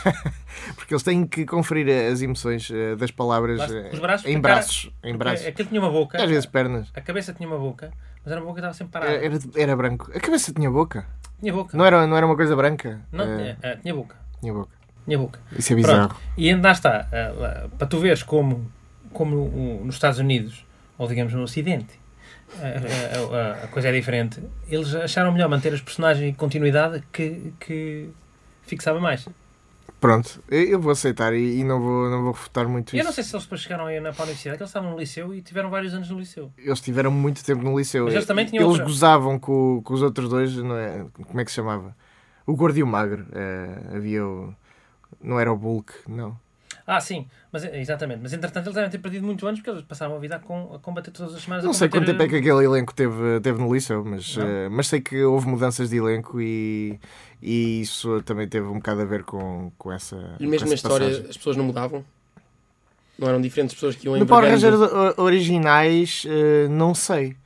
S3: Porque eles têm que conferir eh, as emoções eh, das palavras
S4: Braço-
S3: eh,
S4: os braços,
S3: em
S4: a cara-
S3: braços. Em braços.
S4: Porque é Aquilo tinha uma boca.
S3: E às vezes pernas. Eh,
S4: A cabeça tinha uma boca, mas era uma boca que estava sempre parada.
S3: Era, era branco. A cabeça tinha boca.
S4: Tinha boca.
S3: Não é- era, não era uma coisa branca?
S4: Tá. Não,
S3: Eh,
S4: é, é, tinha boca.
S3: Tinha boca.
S4: Tinha boca.
S3: Isso é bizarro.
S4: Pronto. E ainda lá está. eh, lá- para tu veres como, como o- nos Estados Unidos, ou digamos no Ocidente, eh, eh, a, a coisa é diferente, eles acharam melhor manter os personagens em continuidade que, que fixava mais.
S3: Pronto. Eu, eu vou aceitar e, e não, vou, não vou refutar muito
S4: E
S3: isso.
S4: eu não sei se eles depois chegaram aí na, para a universidade, que eles estavam no liceu e tiveram vários anos no liceu.
S3: Eles tiveram muito tempo no liceu.
S4: Mas eles também tinham
S3: Eles
S4: outra-
S3: gozavam com, com os outros dois, não é? Como é que se chamava? O gordo e o magro. Eh, havia o. Não era o Bulk, não.
S4: Ah, sim, mas, eh, exatamente. Mas entretanto eles devem ter perdido muitos anos porque eles passavam a vida a, com- a combater todas as semanas. a
S3: Não sei
S4: combater-
S3: quanto tempo é que aquele elenco teve, teve no liceu, mas,
S4: eh, Não.
S3: eh, mas sei que houve mudanças de elenco e, e isso também teve um bocado a ver com, com essa.
S5: E mesmo
S3: com
S5: na
S3: essa
S5: história,
S3: passagem.
S5: as pessoas não mudavam? Não eram diferentes pessoas que iam
S3: No Power
S5: envergando?
S3: Rangers o- originais, eh, não sei.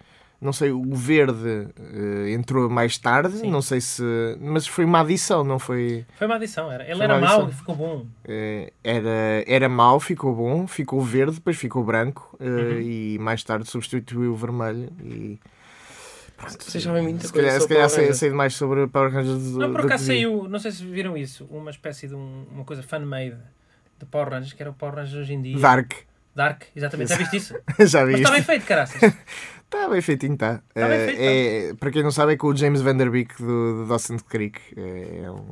S3: Não sei, o verde eh, entrou mais tarde,
S4: Sim.
S3: não sei se. Mas foi uma adição, não foi?
S4: Foi uma adição, era. Ele
S3: Foi
S4: era
S3: uma
S4: mau
S3: adição.
S4: e ficou bom.
S3: Eh, era, era mau, ficou bom, ficou verde, depois ficou branco eh,
S4: Uhum.
S3: e mais tarde substituiu o vermelho. E,
S5: Vocês sabem muita
S3: se
S5: coisa
S3: calhar, se
S5: sobre
S3: calhar
S5: Power
S3: sei,
S5: Rangers.
S3: sei mais sobre Power Rangers do,
S4: Não, por
S3: do que
S4: acaso
S3: vi.
S4: saiu, não sei se viram isso, uma espécie de um- uma coisa fan-made de Power Rangers, que era o Power Rangers hoje em dia.
S3: Dark, [laughs]
S4: Dark, exatamente. Já viste isso?
S3: já
S4: Mas
S3: vi
S4: está bem
S3: isto.
S4: feito, caraças.
S3: Está bem feitinho, está.
S4: Tá bem feito,
S3: para quem não sabe, é com o James Vanderbeek do, do Dawson's Creek. É, é um-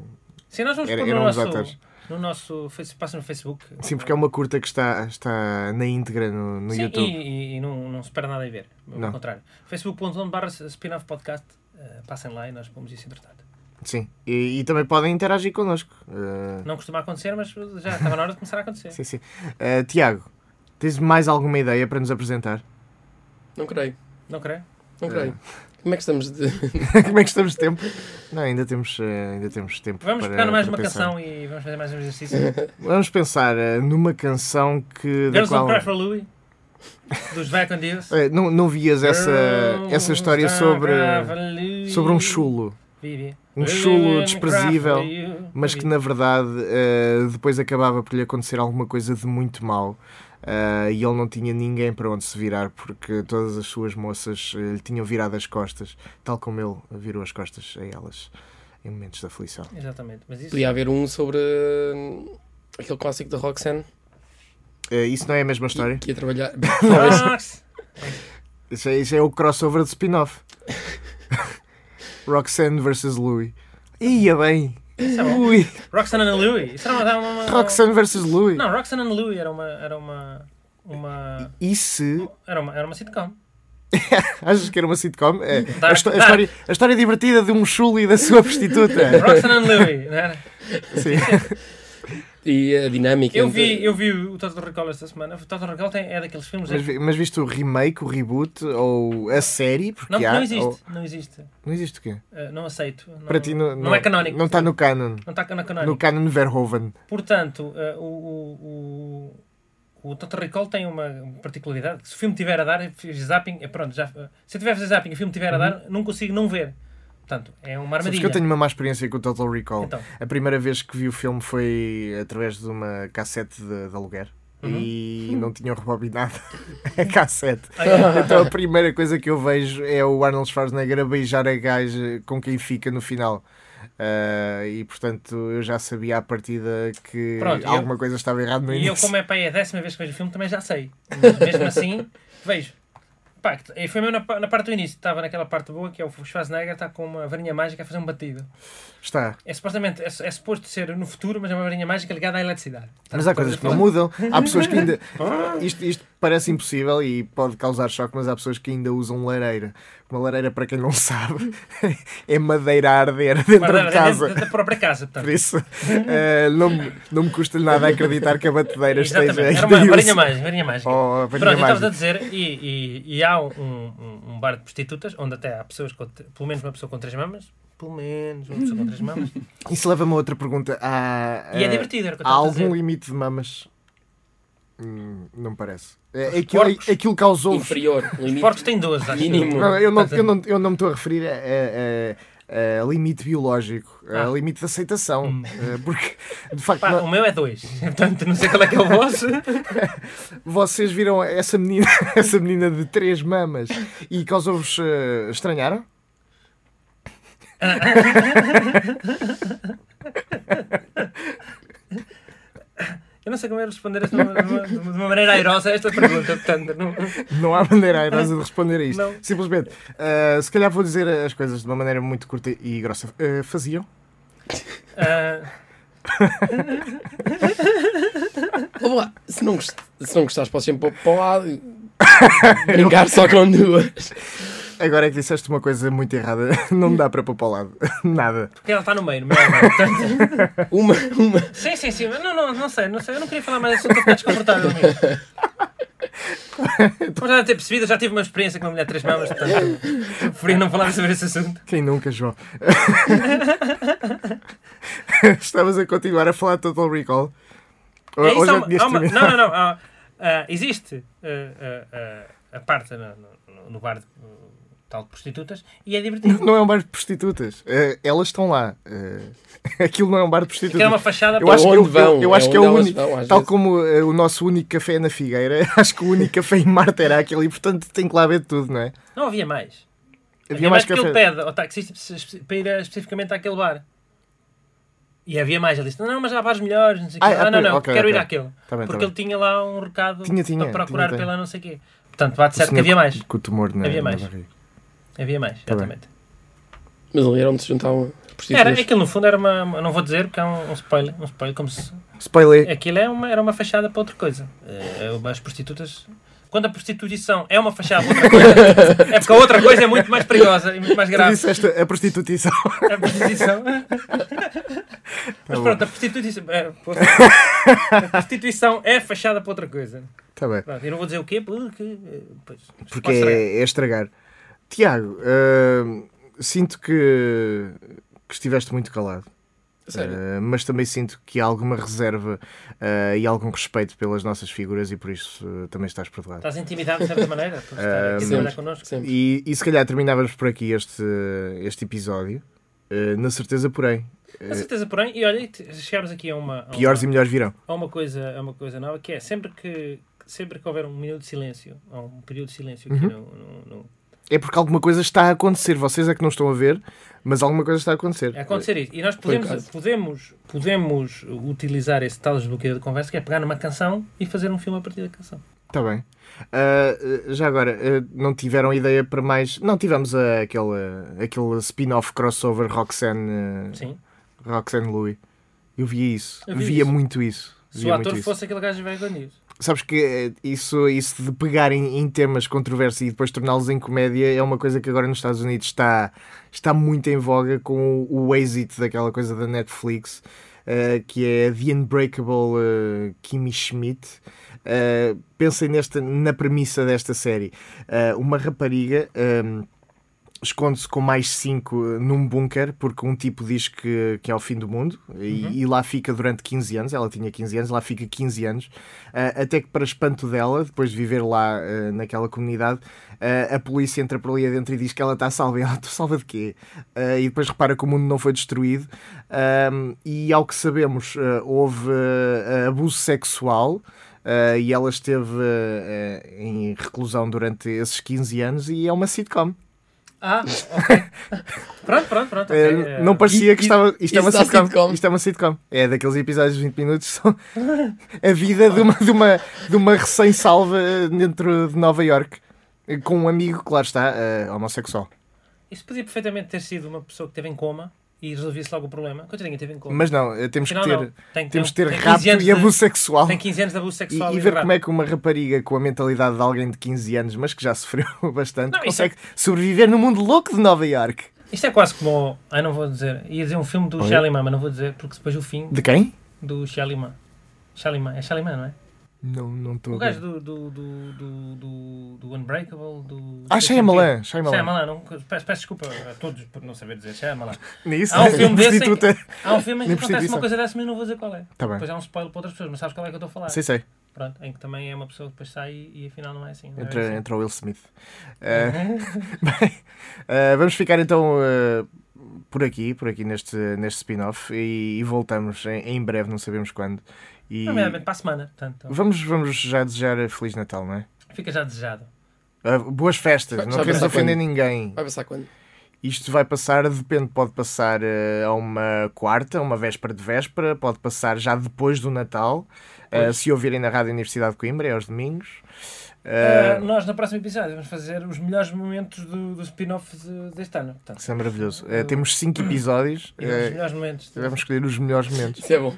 S4: Sim, nós vamos
S3: Era-
S4: pôr no
S3: eram os
S4: nosso,
S3: atores.
S4: no nosso. face- Passa no Facebook.
S3: Sim, porque é uma curta que está, está na íntegra no, no
S4: Sim,
S3: YouTube.
S4: E, e- e não, não se perde nada em ver. Ao
S3: Não.
S4: contrário. facebook.com.br spin-off podcast. eh, passem lá e nós pomos isso entretanto.
S3: Sim. E, e também podem interagir connosco. Eh,
S4: Não costuma acontecer, mas já estava na hora de começar a acontecer.
S3: sim, sim. Eh, Tiago, tens mais alguma ideia para nos apresentar? [laughs]
S5: Não creio,
S4: Não creio?
S5: não creio. Como é que estamos de.
S3: Como é que estamos de tempo? Não, ainda temos, eh, ainda temos tempo.
S4: Vamos
S3: para,
S4: pegar mais
S3: para
S4: uma
S3: pensar.
S4: canção e vamos fazer mais um exercício.
S3: [laughs] Vamos pensar eh, numa canção que. Da
S4: Girls
S3: qual...
S4: Don't Cry for Louie, dos Vacon Deals.
S3: Eh, não, não vias essa, essa história sobre, sobre um chulo.
S4: É,
S3: Um chulo desprezível, mas que na verdade eh, depois acabava por lhe acontecer alguma coisa de muito mal eh, e ele não tinha ninguém para onde se virar porque todas as suas moças eh, lhe tinham virado as costas, tal como ele virou as costas a elas em momentos de aflição.
S4: Exatamente, mas isso.
S5: Podia haver um sobre hum, aquele clássico da Roxanne
S3: Eh, isso não é a mesma história?
S5: que, que
S3: [laughs]
S5: ia trabalhar.
S4: Fox!
S3: Isso é, isso é o crossover de spin-off. [laughs] Roxanne vs. Louie. Ia bem!
S4: Isso é bom.
S3: Ui!
S4: Roxanne and Louie. Isso era uma. era uma-
S3: Roxanne vs. Louie!
S4: Não, Roxanne and Louie era uma. Era uma. Uma.
S3: E se.
S4: Era uma, era uma sitcom.
S3: [laughs] Achas que era uma sitcom? É, a,
S4: Dark,
S3: histó- a
S4: dark.
S3: história, a história divertida de um chulo e da sua
S4: [laughs]
S3: prostituta.
S4: Roxanne and Louie, não era?
S3: Sim.
S5: E a dinâmica.
S4: Eu
S5: entre-
S4: vi, eu vi o Total Recall esta semana. O Total Recall tem, é daqueles filmes.
S3: Mas,
S4: em que-
S3: vi- mas viste o remake, o reboot ou a série? Porque
S4: Não,
S3: há,
S4: não
S3: ou-
S4: existe. Não existe.
S3: não existe o quê?
S4: Uh, não aceito. Não,
S3: Para ti não,
S4: não é canónico.
S3: Não está no canon.
S4: Não está na canónica.
S3: No canon Verhoeven.
S4: Portanto, eh, o, o, o, o Total Recall tem uma particularidade. que Se o filme tiver a dar, fiz zapping, eh, pronto, já, eh, se eu tiver a fazer zapping e o filme tiver a dar, não consigo não ver. Portanto, é uma
S3: Uhum. Sabes
S4: armadilha.
S3: que eu tenho uma má experiência com o Total Recall. [laughs]
S4: Então,
S3: A primeira vez que vi o filme foi através de uma cassete de, de aluguer.
S4: Uhum.
S3: E não tinham rebobinado [laughs] a cassete.
S4: ai, ai,
S3: Então a primeira coisa que eu vejo é o Arnold Schwarzenegger a beijar a gaja com quem fica no final. Ah, e portanto eu já sabia à partida que
S4: Pronto, eu-
S3: alguma coisa estava errada no
S4: e eu,
S3: início.
S4: como é pá, é a décima vez que vejo o filme, também já sei. Mas mesmo assim, [laughs] vejo. Pá, que- e foi mesmo na, pa- na parte do início, estava naquela parte boa que é o Schwarzenegger está com uma varinha mágica a fazer um batido.
S3: [laughs] Está.
S4: É supostamente, é, su- é suposto ser no futuro, mas é uma varinha mágica ligada à eletricidade. Tá,
S3: Mas há coisas que não mudam. Há pessoas que
S4: [laughs]
S3: ainda. Isto, isto parece impossível e pode causar choque, mas há pessoas que ainda usam lareira. Uma lareira, para quem não [laughs] sabe, é madeira a arder dentro
S4: Guardar
S3: de casa.
S4: Da, da própria casa, portanto.
S3: Por isso, eh, não, me- não me custa nada acreditar que a batedeira
S4: Exatamente,
S3: esteja. ainda
S4: era uma
S3: em
S4: varinha
S3: uso.
S4: mágica. Varinha mágica.
S3: Oh, a
S4: Pronto,
S3: varinha
S4: eu estava a
S3: mágica.
S4: dizer, e, e- e há um, um- um bar de prostitutas, onde até há pessoas com, t- pelo menos uma pessoa com três mamas, pelo menos uma pessoa com três mamas,
S3: Isso leva-me a outra pergunta. Há,
S4: e é
S3: eh,
S4: divertido, era o que eu
S3: Há
S4: estava a
S3: algum
S4: dizer.
S3: limite de mamas? Hum, não me parece. É,
S4: Os
S3: aquilo,
S4: porcos?
S3: aquilo causou.
S5: Inferior,
S4: Os
S5: limite.
S4: porcos têm 12, acho
S5: Mínimo.
S3: Não, eu, não,
S4: Portanto,
S3: eu, não, eu não me estou a referir a, a- a- a limite biológico, a
S4: Ah.
S3: limite de aceitação.
S4: Hum.
S3: Eh, Porque, de facto,
S4: Pá,
S3: não-
S4: o meu é 2, [laughs] portanto não sei qual é que é o vosso.
S3: vocês viram essa menina, [laughs] essa menina de três mamas e causou-vos. eh, estranharam?
S4: Eu não sei como é responder esta de uma, de uma- de uma maneira airosa a esta pergunta, portanto não...
S3: Não há maneira airosa de responder a isto.
S4: Não.
S3: Simplesmente, eh, se calhar vou dizer as coisas de uma maneira muito curta e grossa. Eh, faziam?
S4: Ah,
S5: Vamos lá. Se não, gost... se não gostares, podes sempre para o lado.
S3: [laughs]
S5: Brincar só com duas.
S3: Agora é que disseste uma coisa muito errada. [laughs] Não me dá para pôr para o lado. [laughs] Nada.
S4: porque ela está no meio, no meio, portanto...
S5: Uma, uma.
S4: Sim, sim, sim, mas não, não, não sei, não sei, eu não queria falar mais assim, estou a ficar desconfortável. amigo.
S3: [laughs]
S4: Como já deve ter percebido, eu já tive uma experiência com uma mulher de três mamas, portanto, preferia não falar sobre esse assunto.
S3: Quem nunca, João? [laughs] Estavas a continuar a falar de Total Recall. Ou,
S4: É
S3: ou
S4: isso, há
S3: já
S4: uma-
S3: tinhas
S4: há eh, uma-
S3: terminado?
S4: não, não, não. há- ah, existe ah, ah, ah, a parte no, no- no bar de, tal de prostitutas, e é
S3: [laughs]
S4: divertido.
S3: Não é um bar de prostitutas. Eh, elas estão lá. Eh, aquilo não é [laughs] um bar de
S4: Que é
S3: prostitutas.
S4: uma fachada
S3: Eu
S4: para-
S3: acho que,
S5: Onde
S3: eu,
S5: vão,
S3: eu, eu acho
S5: é
S3: que é
S5: onde
S3: o
S5: elas
S3: único.
S5: vão, às
S3: Tal
S5: vezes.
S3: como eh, o nosso único café na Figueira, [laughs] acho que o único café em Marte era aquele e, portanto, tem que lá ver tudo, não é?
S4: Não havia mais.
S3: Havia
S4: mais
S3: mais
S4: tá, que um ele
S3: café.
S4: pede ao taxista espe- para ir eh, especificamente àquele bar. E havia mais. Ele disse: Não, mas há bares melhores. Não sei o
S3: Ah,
S4: quê.
S3: ah,
S4: Ah, não,
S3: pois,
S4: não,
S3: ok,
S4: quero
S3: ok.
S4: ir àquele.
S3: Tá bem, tá
S4: Porque
S3: bem.
S4: ele tinha lá um recado
S3: Tinha, tinha,
S4: para procurar
S3: tinha, tinha.
S4: pela não sei o quê. Portanto, bate certo que
S3: senhor
S4: havia mais.
S3: Com o tumor na,
S4: Havia
S3: na
S4: mais.
S3: barriga.
S4: Havia mais,
S3: bem.
S4: exatamente.
S5: Mas ali era onde se juntavam
S4: Era,
S5: prostitutas.
S4: aquilo no fundo era uma. uma- Não vou dizer porque é um, um spoiler. Um spoiler como se.
S3: Spoiler.
S4: Aquilo é uma, era uma fachada para outra coisa. Eh, eh, As prostitutas. Quando a prostituição é uma fachada para outra
S3: [laughs]
S4: coisa, é porque a outra coisa é muito mais perigosa e muito mais
S3: Tu
S4: grave.
S3: disseste a prostituição. [laughs] Tá
S4: A prostituição. Mas
S3: bom.
S4: pronto, a prostituição. é,
S3: [laughs]
S4: posso- A prostituição é fachada para outra coisa.
S3: Está Tá bem.
S4: Pronto, eu não vou dizer o quê, porque. eh, Pois,
S3: Porque é, é estragar. Tiago, hum, sinto que, que estiveste muito calado.
S5: Sério.
S3: Uh, mas também sinto que há alguma reserva uh, e algum respeito pelas nossas figuras e por isso uh, também estás perdoado.
S4: Estás intimidado de certa maneira por estar aqui a
S5: sim.
S4: trabalhar connosco.
S5: Sempre.
S3: E, e se calhar terminávamos por aqui este, este episódio. Uh, na certeza, porém,
S4: Com certeza, porém, e olha, te- chegámos aqui a uma. a
S3: piores e
S4: uma-
S3: melhores virão.
S4: Há uma coisa, há uma coisa nova que é sempre que sempre que houver um minuto de silêncio, ou um período de silêncio
S5: Uhum.
S4: aqui no- no- no-
S3: É porque alguma coisa está a acontecer. Vocês é que não estão a ver, mas alguma coisa está a acontecer.
S4: é acontecer isso. E nós
S5: Foi o
S4: podemos,
S5: caso.
S4: podemos, podemos utilizar esse tal desbloqueio de conversa que é pegar numa canção e fazer um filme a partir da canção.
S3: Está Tá bem. Uh, uh, já agora, uh, não tiveram ideia para mais. Não tivemos uh, aquele, aquele spin-off crossover Roxanne, uh,
S4: Sim.
S3: Roxanne Louis. Eu via isso.
S4: Eu vi
S3: via
S4: isso.
S3: muito isso.
S4: Se
S3: Via
S4: o
S3: muito
S4: ator
S3: isso.
S4: fosse aquele gajo velho
S3: [laughs]
S4: da News.
S3: Sabes que eh, isso, isso de pegarem em temas controversos e depois torná-los em comédia é uma coisa que agora nos Estados Unidos está, está muito em voga com o, o êxito daquela coisa da Netflix, eh, que é The Unbreakable eh, Kimmy Schmidt. Eh, pensem nesta, na premissa desta série. Eh, uma rapariga. ehm, esconde-se com mais cinco eh, num bunker porque um tipo diz que, que é o fim do mundo e, e lá fica durante 15 anos. Ela tinha 15 anos, lá fica 15 anos. Ah, até que, para espanto dela, depois de viver lá ah, naquela comunidade, ah, a polícia entra por ali adentro e diz que ela está salva. E ela, [laughs] tu salva de quê? Ah, e depois repara que o mundo não foi destruído. Ahm, e ao que sabemos, ah, houve ah, abuso sexual. ah, e ela esteve ah, ah, em reclusão durante esses 15 anos e é uma sitcom.
S4: Ah, ok. [laughs] pronto, pronto, pronto.
S3: É,
S4: ok. É,
S3: não parecia
S5: e-
S3: que estava. Isto é
S5: isso
S3: uma
S5: dá
S3: sitcom.
S5: sitcom.
S3: Isto é uma sitcom. É daqueles episódios de 20 minutos [laughs] são a vida de uma, de uma, de uma recém-salva eh, dentro de Nova York com um amigo, claro está, eh, homossexual.
S4: Isso podia perfeitamente ter sido uma pessoa que esteve em coma e resolvia-se logo o problema. Coitadinha, teve em coma.
S3: Mas não, eh, temos que
S4: Afinal,
S3: ter,
S4: não. Tem-
S3: temos que
S4: tem-
S3: ter
S4: tem 15
S3: rapto
S4: anos
S3: e
S4: de-
S3: abuso sexual.
S4: Tem 15 anos de abuso
S3: E,
S4: sexual
S3: e ver
S4: rap.
S3: como é que uma rapariga com a mentalidade de alguém de 15 anos, mas que já [laughs] sofreu bastante,
S4: Não, isso é-
S3: consegue sobreviver no mundo louco de Nova York.
S4: Isto é quase como. o- Ai, não vou dizer. Ia dizer um filme do
S3: Oi?
S4: Shalimar, mas não vou dizer, porque depois o fim
S3: De quem?
S4: do Shalimar. Shalimar, é Shalimar, não é?
S3: Não, não estou.
S4: O
S3: a ver.
S4: gajo do, do, do, do, do, do Unbreakable, do.
S3: Ah, Shyamalan, Shyamalan.
S4: Shyamalan, não, peço, peço desculpa a todos por não saber dizer Shyamalan.
S3: Nisso,
S4: Há um
S3: [laughs]
S4: filme desse em que-
S3: prostituta.
S4: Há um filme em que
S3: Nem
S4: acontece
S3: percebi
S4: uma
S3: isso.
S4: coisa dessa, mas não vou dizer qual é.
S3: é- Tá bem.
S4: Depois é um spoiler para outras pessoas, mas sabes qual é que eu estou a falar.
S3: Sei, sei.
S4: Pronto, em que também é uma pessoa que depois sai e, e afinal não é assim. Não é
S3: Entra,
S4: assim.
S3: entra o Will Smith. Eh, [laughs] Bem, eh, vamos ficar então eh, por aqui, por aqui neste, neste spin-off e, e voltamos em, em breve, não sabemos quando. E
S4: Nomeadamente para a semana, portanto.
S3: vamos, vamos já desejar Feliz Natal, não é?
S4: Fica já desejado.
S3: Ah, boas festas,
S5: Vai-
S3: não
S5: vai
S3: queremos
S5: passar
S3: ofender
S5: quando?
S3: ninguém.
S5: Vai passar quando?
S3: Isto vai passar, depende, pode passar eh, a uma quarta, uma véspera de véspera, pode passar já depois do Natal, eh, se ouvirem na Rádio Universidade de Coimbra, é aos domingos. Eh,
S4: Uh, nós, no próximo episódio, vamos fazer os melhores momentos do, do spin-off de- deste ano. Portanto,
S3: Isso é maravilhoso. Eh, temos cinco episódios.
S4: e os
S3: eh,
S4: melhores momentos. de-
S3: Vamos escolher os melhores
S4: [laughs]
S3: momentos,
S5: Isso é bom.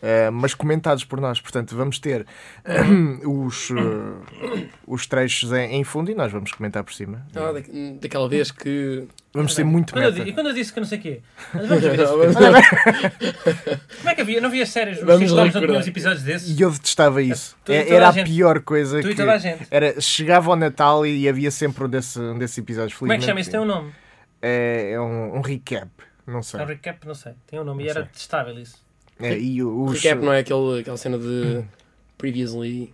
S3: eh, mas comentados por nós. Portanto, vamos ter [coughs] os, eh, os trechos em, em fundo e nós vamos comentar por cima.
S4: Tá
S5: Ah, da- daquela vez que.
S3: Vamos ser muito
S4: Quando Tá eu,
S3: meta.
S4: di- e quando eu disse que não sei o quê? Mas Vamos ver esse-
S5: [laughs]
S4: Como é que havia? Não havia séries? Os
S5: Vamos
S4: Vamos não
S5: recordar.
S4: tinham os episódios desses?
S3: E eu detestava isso.
S4: Tu e
S3: É-
S4: toda
S3: Era
S4: a
S3: a
S4: gente.
S3: pior coisa
S4: Tu
S3: que.
S4: e toda a gente.
S3: Era, chegava ao Natal e havia sempre um, desse, um desses episódios.
S4: Como é que
S3: Felizmente,
S4: chama isso? Tem um nome.
S3: É, é um, um recap. Não sei.
S4: É um recap, não sei. Tem um nome. E
S3: Não
S4: era
S3: sei.
S4: testável isso.
S3: É, e os-
S5: Recap não é aquele, aquela cena de. Previously.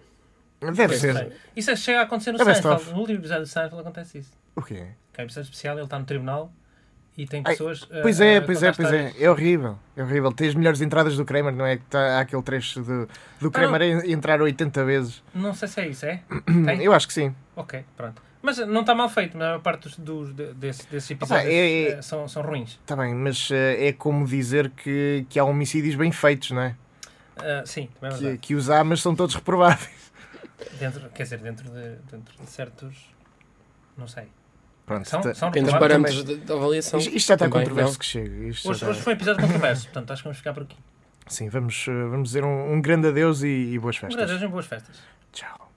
S3: Deve
S4: Não
S3: ser.
S4: sei. Isso é- chega a acontecer no
S3: É best
S4: Seinfeld.
S3: of.
S4: No último episódio do Seinfeld acontece isso.
S3: O quê?
S4: Que é a missão especial, ele está no tribunal e tem
S3: Ai,
S4: pessoas. a-
S3: Pois é,
S4: a
S3: pois
S4: Eh, contar
S3: é, pois é.
S4: histórias.
S3: É horrível. É horrível. Tem as melhores entradas do Kramer, não é? Que tá- Há aquele trecho do,
S4: Então-
S3: do Kramer a entrar 80 vezes.
S4: Não sei se é isso, é? Tem?
S3: Eu acho que sim.
S4: Ok, pronto. Mas eh, não está mal feito, mas a maior parte dos, dos, de- desse- desses episódios
S3: é- é-
S4: eh, são, são ruins.
S3: Está bem, mas eh, é como dizer que, que há homicídios bem feitos, não é?
S4: Ah, sim, também é
S3: Que,
S4: verdade.
S3: que os há, mas são todos reprováveis.
S4: Dentro, quer dizer, dentro de, dentro de certos. Não sei.
S3: Pronto,
S4: Então, São, então.
S3: tá-
S4: são
S5: Tem dos
S4: relevantes.
S5: parâmetros de, de avaliação.
S3: isto já está
S5: Também,
S3: controverso
S5: não?
S3: que chega. Isto já tá.
S4: Hoje,
S3: está-
S4: hoje foi um episódio controverso, portanto acho que vamos ficar por aqui.
S3: Sim, vamos, eh, vamos dizer um, um grande adeus e, e boas
S4: Um
S3: festas.
S4: grande adeus e boas festas.
S3: Tchau.